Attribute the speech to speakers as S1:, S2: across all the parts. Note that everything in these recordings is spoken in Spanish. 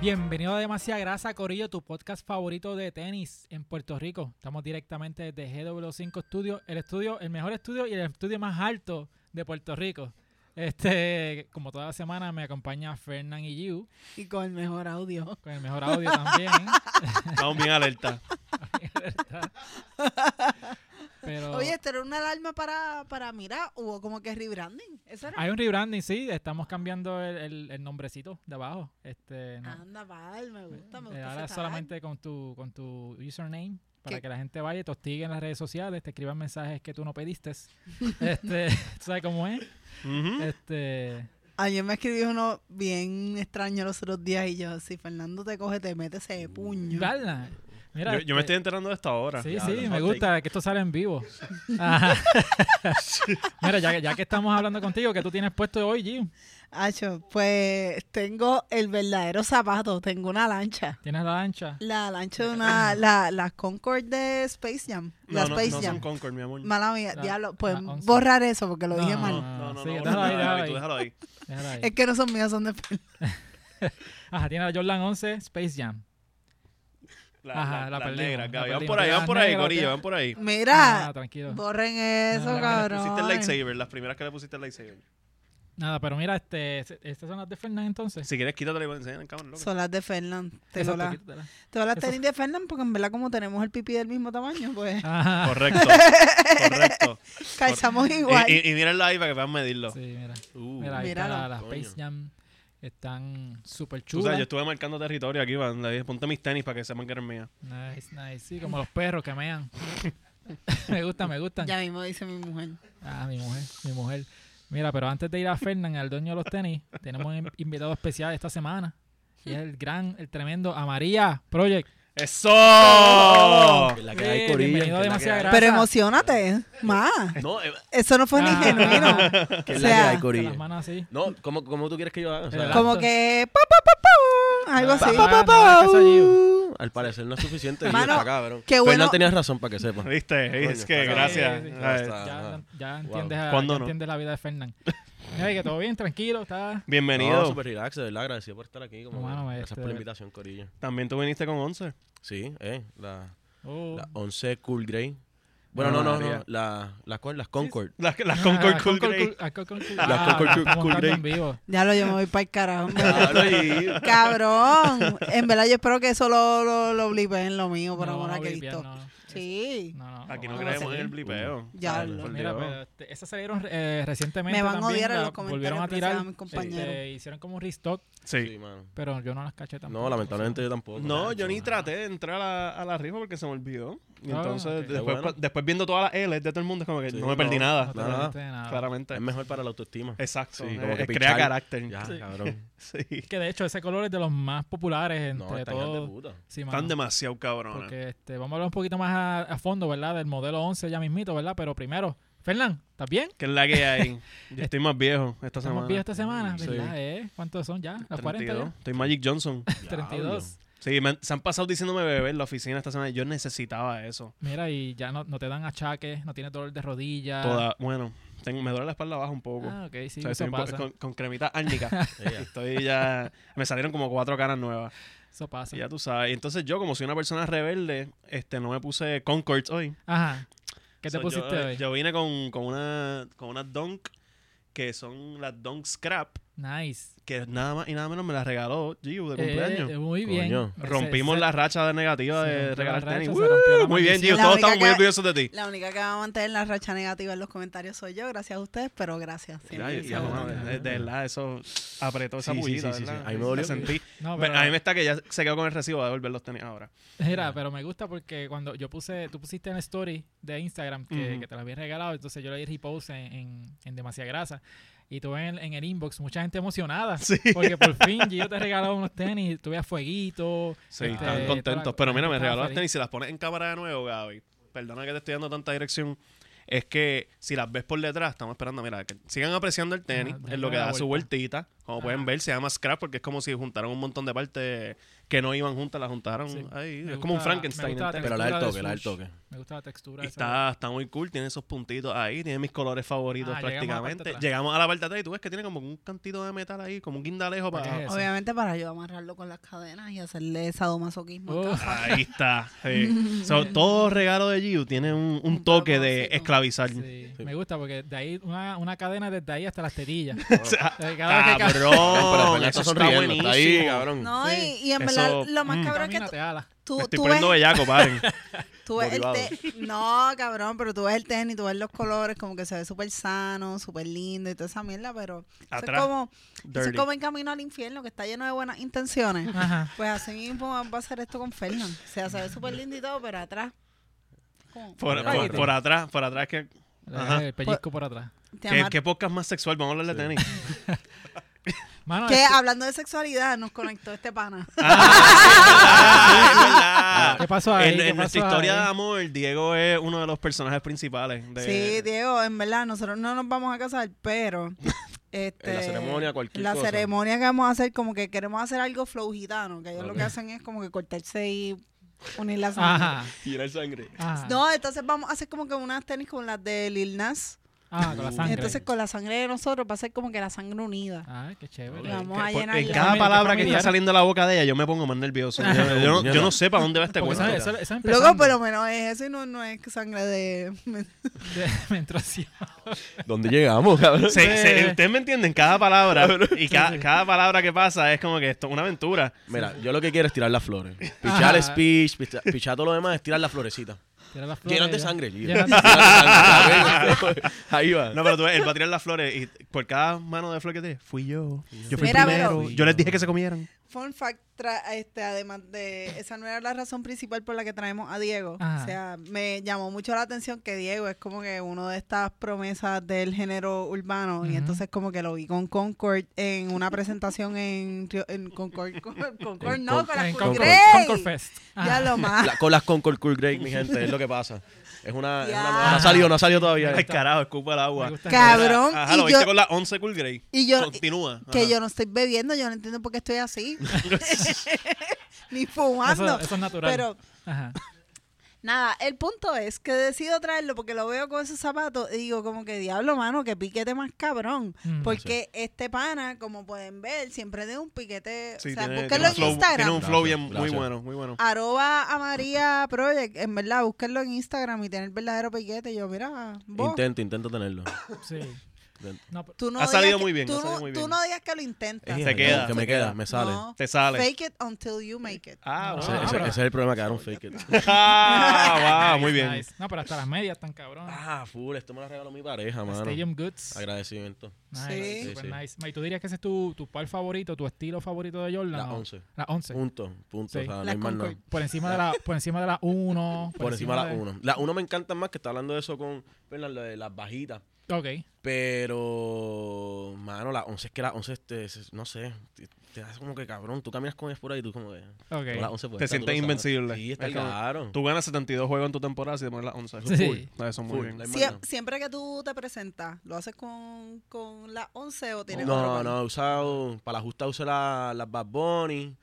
S1: Bienvenido a Demasiada Grasa, Corillo, tu podcast favorito de tenis en Puerto Rico. Estamos directamente desde GW5 Studio, el estudio, el mejor estudio y el estudio más alto de Puerto Rico. Este, como toda la semana, me acompaña Fernán y Yu,
S2: Y con el mejor audio.
S1: con el mejor audio también.
S3: Estamos bien alerta.
S1: Pero
S2: Oye, ¿esto era una alarma para, para mirar? ¿Hubo como que rebranding? ¿Eso era?
S1: hay un rebranding, sí, estamos cambiando el, el- el nombrecito de abajo. Este, no.
S2: Anda, pal, me gusta, me
S1: Eh,
S2: gusta.
S1: ahora
S2: esa
S1: solamente con tu, con tu username para
S2: ¿Qué?
S1: que la gente vaya, y te hostigue en las redes sociales, te escriban mensajes que tú no pediste. este, ¿tú ¿Sabes cómo es?
S3: Ujú.
S1: Este,
S2: alarma. Ayer me escribió uno bien extraño los otros días y yo, si Fernando te coge, te mete ese
S1: Uh,
S2: puño.
S1: Dala. Mira,
S3: yo, yo me
S1: este,
S3: estoy enterando de esta hora.
S1: Sí,
S3: Ya,
S1: sí,
S3: los
S1: me
S3: hot
S1: gusta que esto sale en vivo. Ajá. Mira, ya, que- ya que estamos hablando contigo, que tú tienes puesto hoy, Jim.
S2: Hacho, pues tengo el verdadero zapato, tengo una lancha.
S1: Tienes la ancha.
S2: La lancha de una, la, la Concorde de Space Jam.
S3: takes.
S2: La
S3: No, no,
S2: Space
S3: no
S2: Jam.
S3: son Concord, mi amor.
S2: Mala mía,
S1: La-
S2: diablo, pues
S1: la once.
S2: borrar eso porque lo
S1: No,
S2: dije
S1: no,
S2: mal.
S1: no,
S3: No, no, no.
S1: Ah, sí,
S3: no,
S1: déjalo ahí,
S3: no,
S1: déjalo
S3: no,
S1: ahí,
S3: tú déjalo ahí.
S1: déjalo ahí.
S2: Es que no son mías, son de
S1: Ajá, tiene la Jordan 11, Space Jam.
S3: La,
S1: Ajá,
S3: la,
S1: la
S3: las
S1: perdimos,
S3: negras,
S1: la
S3: Gaby. Van
S1: perdimos.
S3: por ahí, van por ahí,
S1: Negras,
S3: Corillo,
S1: tío.
S3: van por ahí.
S2: Mira,
S1: Ah, tranquilo.
S2: borren eso,
S1: No, no, no,
S2: cabrón.
S3: Pusiste el lightsaber, las primeras que le pusiste el lightsaber.
S1: Nada, pero mira, este, se- estas son las de Fernández entonces.
S3: Si quieres, quítate la enseñan, cabrón. loco.
S2: Son las de Fernand. Tengo
S1: Exacto,
S2: la,
S1: quítatela.
S2: tengo las
S1: eso-
S2: tenis de Fernand porque en verdad como tenemos el pipí del mismo tamaño, pues
S1: Ajá.
S3: Correcto. Correcto.
S2: calzamos igual.
S3: Y, y, y miren la IVA que puedan medirlo.
S1: Sí, mira.
S3: Uh.
S1: Mira, ahí está
S2: Míralo.
S1: la- las
S3: Coño.
S1: Space Jam. Están súper
S3: Tú sabes, yo
S1: chulas.
S3: estuve marcando territorio aquí, Iván. Le dije, ponte mis tenis para que sepan que eres mía.
S1: Nice, nice. Sí, como los perros que mean. me gustan, me gustan.
S2: Ya mismo dice mi mujer.
S1: Ah, mi mujer, mi mujer. Mira, pero antes de ir a Fernan, al dueño de los tenis, tenemos un in- invitado especial esta semana. Y es el gran, el tremendo Amaría Project.
S3: ¡Eso!
S4: La
S1: Eh, bienvenido a
S4: que
S1: Demasiada
S4: la que hay.
S1: Grasa.
S2: Pero emocionate más.
S4: No, eh,
S2: Eso no fue ni
S1: Ah.
S2: genuino.
S4: que
S2: O
S4: la que hay,
S2: sea,
S1: Con
S4: Corillo.
S1: las manos así.
S4: No, ¿cómo, ¿cómo tú quieres que yo haga? O sea,
S1: Relaja.
S2: Como que pa, pa, pa, pa, uh. algo
S1: Ah,
S2: así.
S1: pa, pa, pa.
S4: al parecer no es suficiente. y
S2: Mano,
S4: está acá, bro.
S2: qué bueno-
S4: Fernan tenía razón para que sepa.
S3: ¿Viste? Es
S4: Coño,
S3: que
S4: está
S1: cabrón.
S3: gracias.
S1: Sí, sí, sí.
S3: Ay,
S4: Está-
S1: Ya, ya
S4: Wow.
S1: entiendes, a-
S3: ¿Cuándo
S1: ya
S3: no?
S1: entiendes la vida de Fernan. Mira que todo bien, tranquilo, está.
S4: No,
S3: Bienvenido.
S4: súper relax, de verdad, agradecido por estar aquí. Como
S1: No, mano,
S4: gracias
S1: este-
S4: por la invitación, Corillo.
S3: También tú viniste con 11.
S4: Sí, eh, la,
S1: Oh.
S4: la 11 Cool Grey. Bueno, no, no, no,
S3: María.
S4: la, la, cual- las Concord.
S3: Las las
S1: Ah,
S3: Concord
S1: la
S3: Cool Grey.
S1: Cool- la Concord Cool-
S4: La
S1: Ah,
S4: Concord
S1: la
S4: Cool-
S1: estamos
S4: Cool
S1: dando
S4: Grey.
S1: en vivo.
S2: Ya lo yo me voy para el carajo. en verdad.
S4: Claro, y-
S2: Cabrón. En verdad yo espero que eso lo, lo, lo blipen lo mío, por
S1: No,
S2: amor a
S1: no, Vivian,
S2: Cristo.
S1: no.
S2: Sí.
S1: No, no,
S3: Aquí no
S1: vamos a
S3: creemos en
S1: seguir.
S3: el blipeo.
S2: Ya
S3: Ay,
S2: lo-
S3: por
S1: Ah, Mira,
S3: Dios.
S1: pero este, esas salieron eh, recientemente.
S2: Me van a
S1: también,
S2: odiar en
S1: la
S2: los comentarios,
S1: Volvieron a
S2: pero se
S1: tirar.
S2: llaman mis compañeros.
S1: este, hicieron como un restock,
S3: Sí.
S4: Sí, mano.
S1: pero yo no las caché tampoco.
S4: No, lamentablemente yo tampoco.
S3: No, yo ni
S4: Ajá.
S3: traté de entrar a, a la rifa porque se me olvidó. Y
S1: Ah,
S3: entonces,
S1: ok.
S3: después,
S4: Bueno.
S3: cua- después viendo todas las L's de todo el mundo, es como que
S4: Sí,
S3: no me perdí
S4: no,
S1: No,
S3: nada.
S1: te
S4: Nada,
S1: perdiste de nada.
S3: Claramente.
S4: Es mejor para la autoestima.
S3: Exacto.
S4: Sí, como
S3: eh,
S4: que
S3: crea
S4: pinchar.
S3: carácter.
S4: Ya,
S3: Sí.
S4: cabrón.
S3: Sí.
S1: Que de hecho, ese color es de los más populares
S4: No,
S1: entre
S4: está hija de
S1: todos.
S4: puta.
S1: Sí, mano,
S3: Están demasiado cabrones.
S1: Porque este, vamos a hablar un poquito más a, a fondo, ¿verdad? Del modelo 11 ya mismito, ¿verdad? Pero primero, Fernán, ¿estás bien?
S3: ¿Qué es la que hay? Yo estoy más viejo esta
S1: Estamos
S3: semana.
S1: bien esta semana,
S3: Sí.
S1: ¿verdad? ¿Eh? ¿Cuántos son ya? ¿Las 40 ya?
S3: Estoy Magic Johnson.
S4: Diablo.
S1: 32.
S3: Sí, me han- se han pasado diciéndome bebé en la oficina esta semana. Yo necesitaba eso.
S1: Mira, y ya no, no te dan achaques, no tienes dolor de rodilla.
S3: Toda, bueno, tengo- me duele la espalda baja un poco.
S1: Ah, ok, sí,
S3: O
S1: eso
S3: sea, estoy un po-
S1: pasa.
S3: con, con cremita árnica.
S4: Ella.
S3: estoy ya. Me salieron como cuatro caras nuevas.
S1: Eso pasa.
S3: Y Ya tú sabes. Y entonces yo, como soy una persona rebelde, este, no me puse Concords hoy.
S1: Ajá. ¿Qué te
S3: So,
S1: pusiste
S3: yo, eh,
S1: hoy?
S3: Yo vine con, con una con unas Dunk que son las Dunk Scrap,
S1: Nice.
S3: que nada más y nada menos me las regaló Giu de
S1: Eh,
S3: cumpleaños.
S1: eh, muy
S4: Coño.
S1: bien. Se-
S3: Rompimos
S1: se-
S3: la racha de negativa
S1: se
S3: de
S1: rompió
S3: regalar
S1: la
S3: tenis.
S1: racha, se rompió la
S3: ¡Woo! Muy bien,
S1: maldición.
S3: Giu.
S2: La
S3: Todos
S2: única
S3: estamos muy
S2: que-
S3: orgullosos de ti.
S2: La única que va a mantener la racha negativa en los comentarios soy yo, gracias a ustedes, pero gracias.
S3: Ya,
S2: siempre.
S3: ya,
S1: se-
S3: mano,
S1: se-
S3: de, de verdad, eso apretó esa
S4: Sí, sí,
S3: bullita,
S4: sí, sí, sí.
S3: ¿verdad?
S4: Ahí me dolió.
S3: La sentí.
S1: No,
S3: Me-
S1: pero,
S3: A mí me está que ya se quedó con el recibo de devolver los tenis ahora.
S1: Mira, pero me gusta porque cuando yo puse, tú pusiste en la story de Instagram que,
S3: Ujú.
S1: que te la habías regalado, entonces yo le di repost en, en, en Demasiada Grasa. Y tuve en, el- en el inbox mucha gente emocionada.
S3: Sí.
S1: Porque por fin yo te he regalado unos tenis, tuve a fueguito.
S3: Sí,
S1: este,
S3: están
S1: toda la-
S3: contentos. Pero
S1: la
S3: mira,
S1: gente
S3: me
S1: estaba
S3: regaló las
S1: feliz.
S3: tenis. Si las pones en cámara de nuevo, Gaby, perdona que te estoy dando tanta dirección. Es que si las ves por detrás, estamos esperando, mira, que sigan apreciando el tenis,
S1: Ajá,
S3: es lo que
S1: dale la
S3: da su
S1: vuelta.
S3: vueltita. Como
S1: Ajá.
S3: pueden ver, se llama Scrap porque es como si juntaron un montón de partes que no iban juntas, las juntaron
S1: Sí.
S3: ahí.
S1: Me
S3: es como un
S1: gusta- me
S3: Frankenstein.
S1: gusta la
S3: entero.
S4: Pero la del
S1: textura de
S4: toque, la del
S1: sushi.
S4: toque.
S1: Me gusta la textura.
S3: Y
S1: de esa
S3: Está, está muy cool, tiene esos puntitos ahí, tiene mis colores favoritos
S1: Ah, llegamos a la parte
S3: prácticamente.
S1: atrás.
S3: Llegamos a la parte de atrás y tú ves que tiene como un cantito de metal ahí, como un guindalejo
S1: ¿Para
S3: para...
S1: qué es? Eso.
S2: Obviamente para yo amarrarlo con las cadenas y hacerle sadomasoquismo.
S1: Oh.
S2: en casa.
S3: Ahí está. sí. So, todo regalo de Giu tiene un, un
S2: Un
S3: toque de
S2: propósito.
S3: esclavizar.
S1: Sí,
S4: Sí.
S1: Me gusta porque de ahí una, una cadena desde ahí hasta las tetillas.
S3: O sea,
S1: O sea, cada
S2: Ah,
S1: vez que ca-
S3: Cabrón,
S4: Fernan
S3: eso
S4: está
S3: está
S4: sonriendo. Está ahí,
S3: buenísimo.
S4: cabrón.
S2: No,
S1: Sí.
S2: y, y en
S3: Eso,
S2: verdad lo más
S3: mm.
S2: cabrón es que
S1: camínate, ala.
S2: tú,
S3: Me
S2: tú,
S3: estoy
S2: tú
S3: poniendo
S2: ves,
S3: bellaco, paren.
S2: tú ves el
S4: motivado.
S2: te- No, cabrón, pero tú ves el tenis, tú ves los colores, como que se ve súper sano, súper lindo y toda esa mierda, pero eso es,
S3: Atrás,
S2: como, eso es
S3: dirty.
S2: como el camino al infierno que está lleno de buenas intenciones.
S1: Ajá.
S2: Pues así mismo va a ser esto con Fernan. O sea, se ve súper lindo y todo, pero atrás. como-
S3: Por,
S4: Ay,
S3: por-
S4: tío.
S3: por atrás, por atrás. ¿qué, Ajá.
S1: El pellizco por atrás.
S2: te
S3: qué,
S2: amar-
S3: qué podcast más sexual? Vamos a hablar de
S4: Sí.
S3: tenis.
S1: Mano,
S2: que
S1: este-
S2: hablando de sexualidad nos conectó este pana.
S3: Ah, es verdad.
S1: ¿Qué pasó ahí?
S3: En,
S1: ¿Qué
S3: en nuestra
S1: pasó
S3: historia
S1: ahí?
S3: de amor, Diego es uno de los personajes principales. De,
S2: Sí, Diego, en verdad, nosotros no nos vamos a casar, pero. Este,
S4: En la ceremonia, cualquier
S2: la
S4: cosa.
S2: ceremonia que vamos a hacer, como que queremos hacer algo flow gitano, que ellos lo
S4: Ok.
S2: que hacen es como que cortarse y unir las
S1: Ajá.
S4: Tirar sangre.
S1: ajá.
S2: No, entonces vamos a hacer como que unas tenis con las de Lil Nas.
S1: Ah, con la sangre.
S2: Entonces con la sangre de nosotros va a ser como que la sangre unida.
S1: Ah, qué chévere.
S2: La
S3: Que
S2: vamos a
S3: por-
S2: llenar
S3: en
S2: la-
S3: cada
S1: Qué
S3: palabra que
S1: familiar.
S3: está saliendo de la boca de ella, yo me pongo más nervioso. Yo, yo no, yo no sé para dónde va este
S1: Porque
S3: cuento.
S1: esa- esa- esa
S2: Luego,
S1: empezando.
S2: por lo menos es eso y no, no es sangre de...
S1: De menstruación.
S4: ¿Dónde llegamos, cabrón?
S3: Se- se-
S1: Sí.
S3: Ustedes me entienden, cada palabra y ca- cada palabra que pasa es como que esto una aventura.
S4: Mira, yo lo que quiero es tirar las flores.
S1: Ajá.
S4: Pichar el speech, picha- pichar todo lo demás, es tirar las florecitas.
S1: Tira las flores,
S4: Llenas de
S1: ya.
S4: sangre, Gio.
S1: Llenas de
S4: Llenas de sangre. Ahí va.
S3: No, pero tú ves, él va a tirar las flores y por cada mano de flor que tiene, fui yo. Yo fui
S2: Mira,
S3: primero.
S2: pero-
S3: Yo les dije que se comieran.
S2: Fun fact, tra- este, además de esa no era la razón principal por la que traemos a Diego.
S1: Ajá.
S2: O sea, me llamó mucho la atención que Diego es como que uno de estas promesas del género urbano
S1: Ujú.
S2: y entonces como que lo vi con Concord en una presentación en, Río- en Concord, con- Concord
S4: En
S2: no,
S4: Con-
S2: con la
S1: En
S2: Cool
S1: Concord,
S2: Grey.
S1: Concord Fest.
S2: Ya
S1: Ajá.
S2: lo más.
S4: La- con las Concord Cool Grey, mi gente, es lo que pasa. Es una. es
S2: Ya.
S4: una moda. no ha salido, no ha salido todavía.
S3: Ay, carajo, escupa el agua.
S1: Me gusta.
S2: Cabrón,
S3: Ajá, lo
S2: y yo,
S3: viste con la 11 Cool Grey.
S2: y yo
S3: Continúa.
S2: que
S3: Ajá.
S2: yo no estoy bebiendo, yo no entiendo por qué estoy así. Ni fumando.
S1: Eso, eso es natural.
S2: Pero
S1: Ajá.
S2: Nada, el punto es que decido traerlo porque lo veo con esos zapatos y digo como que diablo, mano, que piquete más cabrón.
S1: Mm.
S2: Porque este pana, como pueden ver, siempre tiene un piquete.
S3: Sí,
S2: o sea,
S3: tiene,
S2: búsquenlo
S3: tiene
S2: en
S3: un flow, tiene
S2: Instagram. Ah,
S3: un flow bien,
S4: Gracias,
S3: muy
S4: gracias.
S3: bueno, muy bueno.
S2: Arroba a María Project, en verdad, búsquenlo en Instagram y tiene el verdadero piquete. Y yo, mira, vos,
S4: Intento, intento tenerlo.
S1: Sí.
S4: Intento.
S1: No, pero-
S2: tú no
S3: Ha
S2: digas
S3: salido
S2: que-
S3: muy bien,
S2: tú
S3: ha salido
S2: no-
S3: muy
S2: tú
S3: bien.
S2: no digas que lo intentas.
S4: Es
S3: Se
S4: que-
S3: queda.
S4: Que me queda, me sale.
S2: No,
S3: Te sale.
S2: Fake it until you make it.
S3: Ah,
S1: No,
S4: Ese,
S1: Ah,
S4: ese-
S1: pero-
S4: ese es el problema, quedaron fake. it.
S3: Ah, wow,
S1: Nice,
S3: muy bien.
S1: nice. No, pero hasta las medias están cabronas.
S4: Ah, full, esto me lo regaló mi pareja, mano.
S1: Stadium Goods.
S4: Agradecimiento.
S1: Nice,
S2: Sí.
S1: super
S4: Sí, sí.
S1: nice. Ma, ¿Y tú dirías que ese es tu, tu par favorito, tu estilo favorito de Jordan?
S4: La
S1: o-
S4: 11.
S1: La 11.
S4: Punto,
S1: Sí.
S4: punto. O sea, no
S2: La
S4: hay más nada.
S2: Concord.
S1: Por encima de la por encima de la 1.
S4: Por encima la 1. La 1 me encanta más, que está hablando de eso con Fernan, lo de las bajitas.
S1: Ok.
S4: Pero, mano, la 11 es que la 11, este, es- no sé, te, te das como que cabrón. Tú caminas con Espura y tú como que...
S1: Ok.
S4: tengo la
S3: Te
S4: 11 puesta, tú
S3: sientes
S4: lo sabes.
S3: invencible.
S4: Sí,
S3: Es
S4: está
S3: como-
S4: claro.
S3: Tú ganas 72 juegos en tu temporada si te pones las 11.
S1: Sí.
S3: Full. Eso muy
S4: Full.
S3: bien.
S4: Like-
S2: Sie-
S4: Hermano.
S2: siempre que tú te presentas, ¿lo haces con, con la 11 o tienes otro
S4: No,
S2: pan?
S4: no, he usado, para la justa usé la- las Bad Bunny.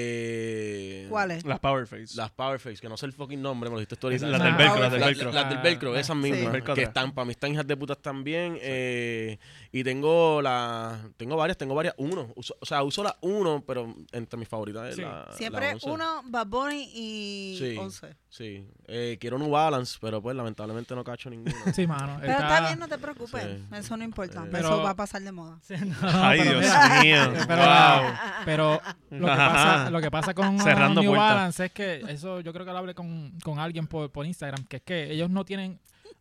S4: Eh,
S2: ¿Cuáles?
S3: Las Power Face.
S4: Las Powerface, que no sé el fucking nombre, me lo dijiste tú ahorita.
S3: Las
S1: del Ah, velcro,
S4: Power
S1: las del
S4: Face.
S3: velcro.
S4: Las del velcro,
S1: Ah,
S4: esas
S2: sí.
S4: mismas.
S3: Velcro
S4: Que
S3: atrás.
S4: están, para mí están hijas de putas también. eh, y tengo la, tengo varias, tengo varias. Uno, uso- o sea, uso la uno, pero entre mis favoritas es
S1: Sí.
S4: la Ah, la
S2: Siempre
S4: 11.
S2: uno, Bad Bunny y
S4: Sí.
S2: 11.
S4: Sí, eh, quiero New Balance, pero pues lamentablemente no cacho ninguna.
S1: Sí, mano.
S2: Pero está bien, no te preocupes.
S4: Sí.
S2: Eso no importa.
S4: Eh,
S1: Pero-
S2: Eso va a pasar de moda.
S1: Sí, no,
S3: Ay,
S1: pero
S3: Dios
S1: mira,
S3: mío.
S1: Pero,
S3: wow.
S1: pero lo, que pasa, lo que pasa con ah,
S3: Cerrando
S1: New
S3: puertas.
S1: Balance es que eso yo creo que lo hablé con, con alguien por, por Instagram, que es que ellos no tienen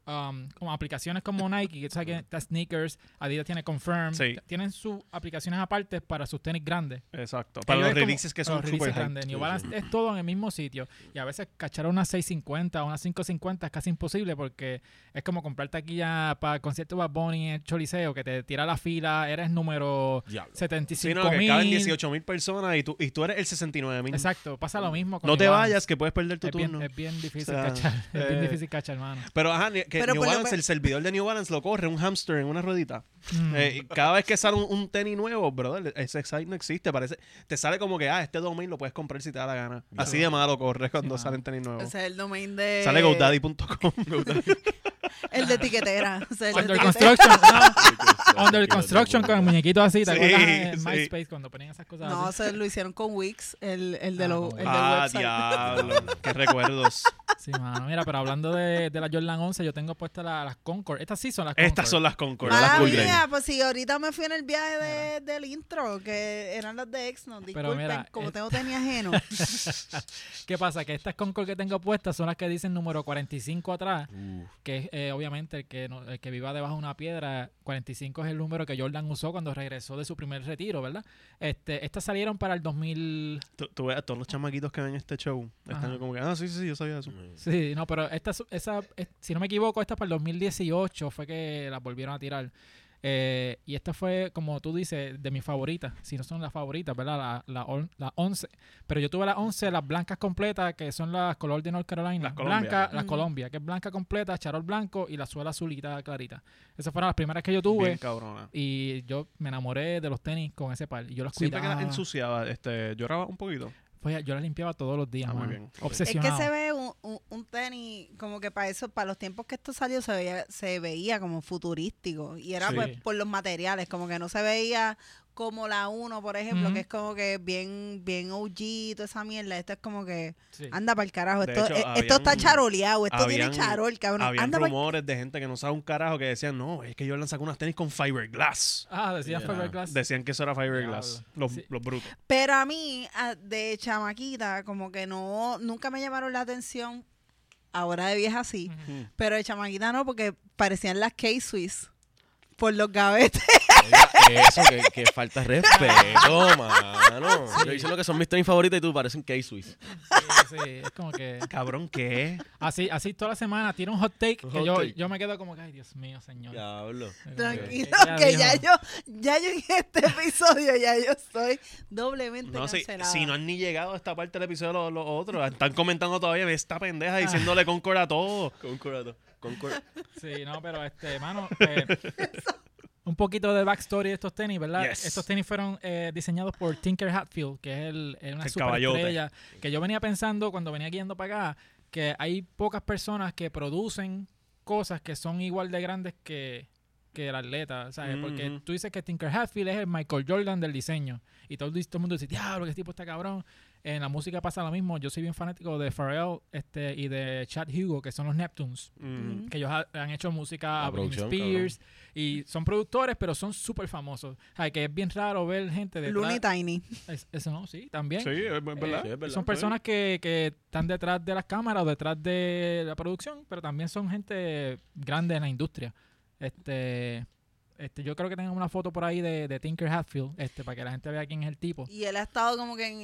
S1: um, como aplicaciones como Nike, que tú
S4: Mm.
S1: sabes que está Sneakers, Adidas tiene Confirm,
S3: Sí.
S1: tienen sus aplicaciones aparte para sus tenis grandes.
S3: Exacto. Para
S1: Ellos
S3: los
S1: es como-
S3: releases que
S1: para
S3: son
S1: los
S3: super
S1: releases
S3: grandes.
S1: grandes. New
S4: Sí,
S1: Balance es todo en el mismo sitio. Y a veces cachar una 650 o una 550 es casi imposible porque es como comprar taquilla para el concierto de Bad Bunny en el Choliseo, que te tira la fila, eres número
S4: Diablo.
S1: 75
S3: Sí, no, que caben 18 mil personas y tú, y tú eres el 69 mil.
S1: Exacto, pasa lo mismo. Con
S3: No te
S1: Iván.
S3: vayas, que puedes perder tu
S1: es bien,
S3: turno.
S1: es bien difícil
S3: O sea,
S1: cachar, es bien
S3: eh,
S1: difícil cachar, hermano.
S3: Pero, ajá, ni- que
S2: Pero
S3: New
S2: por lo
S3: Balance,
S2: me-
S3: el servidor de New Balance lo corre un hamster en una ruedita.
S1: Mm.
S3: Eh, y cada vez que sale un, un tenis nuevo, brother, ese site no existe. Parece, te sale como que, ah, este domain lo puedes comprar si te da la gana. Así de malo corre cuando
S1: mano.
S3: salen tenis nuevos.
S2: Ese es el domain de.
S3: Sale GoDaddy.com.
S2: El de etiquetera. ese es el de
S1: Under
S2: etiquetera.
S1: Construction, no. Under Construction con el muñequito así. ¿Te
S3: eh, Sí,
S1: acuerdas en
S3: sí.
S1: MySpace cuando ponían esas cosas
S2: No,
S1: así?
S2: se lo hicieron con Wix, el, el de
S1: Ah,
S2: lo-
S1: con
S2: el del
S3: ah,
S2: website.
S3: diablo. Qué recuerdos.
S1: Sí, mano. Mira, pero hablando de, de la Jordan 11, yo tengo puestas la- las Concord. Estas sí son las Concord.
S3: Estas son las Concord.
S4: Mala
S3: las
S2: Mala
S3: Cool
S4: mía.
S3: Grey.
S2: mía, pues si ahorita me fui en el viaje de- del intro, que eran las de Exxon,
S1: Pero
S2: disculpen,
S1: mira,
S2: como
S1: eh,
S2: tengo tenis ajeno.
S1: ¿Qué pasa? Que estas Concord que tengo puestas son las que dicen número 45 atrás,
S4: Uf.
S1: que es eh, obviamente el que, no- el que viva debajo de una piedra. 45 es el número que Jordan usó cuando regresó de su primer retiro, ¿verdad? Este, estas salieron para el 2000.
S3: Tú, tú ves a todos los chamaquitos que ven este show. Están
S1: Ajá.
S3: como que, ah, sí, sí, sí, yo sabía eso.
S1: Sí, no, pero esta, su- esa, es- si no me equivoco, esta para el 2018 fue que las volvieron a tirar. Eh, y esta fue, como tú dices, de mis favoritas. Si no son las favoritas, ¿verdad? La, la, on- la 11. Pero yo tuve las 11, las blancas completas, que son las color de North Carolina.
S3: Las Colombia.
S1: Blancas, las
S2: Ujú.
S1: Colombia, que es blanca completa, charol blanco y la suela azulita clarita. Esas fueron las primeras que yo
S3: Bien
S1: tuve.
S3: cabrona.
S1: Y yo me enamoré de los tenis con ese par. Y yo las
S3: Siempre que
S1: cuidaba.
S3: las ensuciaba, este, lloraba un poquito.
S1: Fue- yo las limpiaba todos los días,
S3: Ah, muy
S1: mano.
S3: bien. Ok. Es que
S2: es que
S1: Obsesionado.
S2: se ve un, un- un tenis, como que para eso, para los tiempos que esto salió, se veía, se veía como futurístico. Y era
S3: Sí.
S2: pues por los materiales, como que no se veía como la 1, por ejemplo,
S1: Ujú.
S2: que es como que bien, bien OG, toda esa mierda. Esto es como que,
S1: Sí.
S2: anda para el carajo,
S3: De
S2: esto,
S3: hecho,
S2: eh, esto está
S3: habían-
S2: charoleado, esto
S3: habían-
S2: tiene charol, cabrón.
S3: Habían
S2: Anda pa'l-
S3: rumores de gente que no sabe un carajo que decían, no, es que Jordan sacó unas tenis con fiberglass.
S1: Ah, decías
S4: Ya.
S1: Fiberglass.
S3: Decían que eso era fiberglass.
S1: Diablo.
S3: Los,
S1: Sí.
S3: los brutos.
S2: Pero a mí, a- de chamaquita, como que no, nunca me llamaron la atención. Ahora de vieja sí.
S1: Ujú.
S2: Pero de chamaquita no, porque parecían las K-Swiss. Por los gavetes.
S4: Oiga, eso, que, que falta de respeto, mano. Yo diciendo que son mis tenis favoritas y tú pareces un K-Swiss.
S2: Ah.
S1: Sí, sí, es como que
S3: Cabrón, ¿qué?
S1: así, así toda la semana tiene un hot take
S4: Un
S1: que
S4: hot
S1: yo,
S4: take.
S1: yo me quedo como que, ay Dios mío, señor.
S4: Diablo.
S1: Es como
S2: Tranquilo,
S1: ella
S2: que
S1: dijo,
S2: ya yo, ya yo en este episodio, ya yo soy doblemente
S3: No, si,
S2: cancelada.
S3: si no han ni llegado a esta parte del episodio los, los otros, están comentando todavía esta pendeja diciéndole Concord a todo.
S4: Concordato. Concord.
S1: Sí, no, pero este, mano, eh, un poquito de backstory de estos tenis, ¿verdad?
S3: Yes.
S1: Estos tenis fueron eh, diseñados por Tinker Hatfield, que es el, es una
S3: El
S1: superestrella que yo venía pensando cuando venía guiando para acá que hay pocas personas que producen cosas que son igual de grandes que, que el atleta, ¿sabes? Porque
S3: Ujú.
S1: tú dices que Tinker Hatfield es el Michael Jordan del diseño. Y todo, el- todo el mundo dice, diablo, que este tipo está cabrón. En la música pasa lo mismo. Yo soy bien fanático de Pharrell este, y de Chad Hugo, que son los Neptunes
S3: Mm.
S1: que ellos ha- han hecho música
S4: La
S1: a Britney
S4: producción,
S1: Spears y son productores, pero son súper famosos. O sea, que es bien raro ver gente detrás.
S2: Looney Tiny.
S1: Es- eso no, sí, también. Eh,
S3: Sí, es es verdad.
S4: Sí, es verdad.
S1: Son personas que, que están detrás de las cámaras o detrás de la producción, pero también son gente grande en la industria. Este, este yo creo que tengo una foto por ahí de, de Tinker Hatfield, este, para que la gente vea quién es el tipo.
S2: Y él ha estado como que en,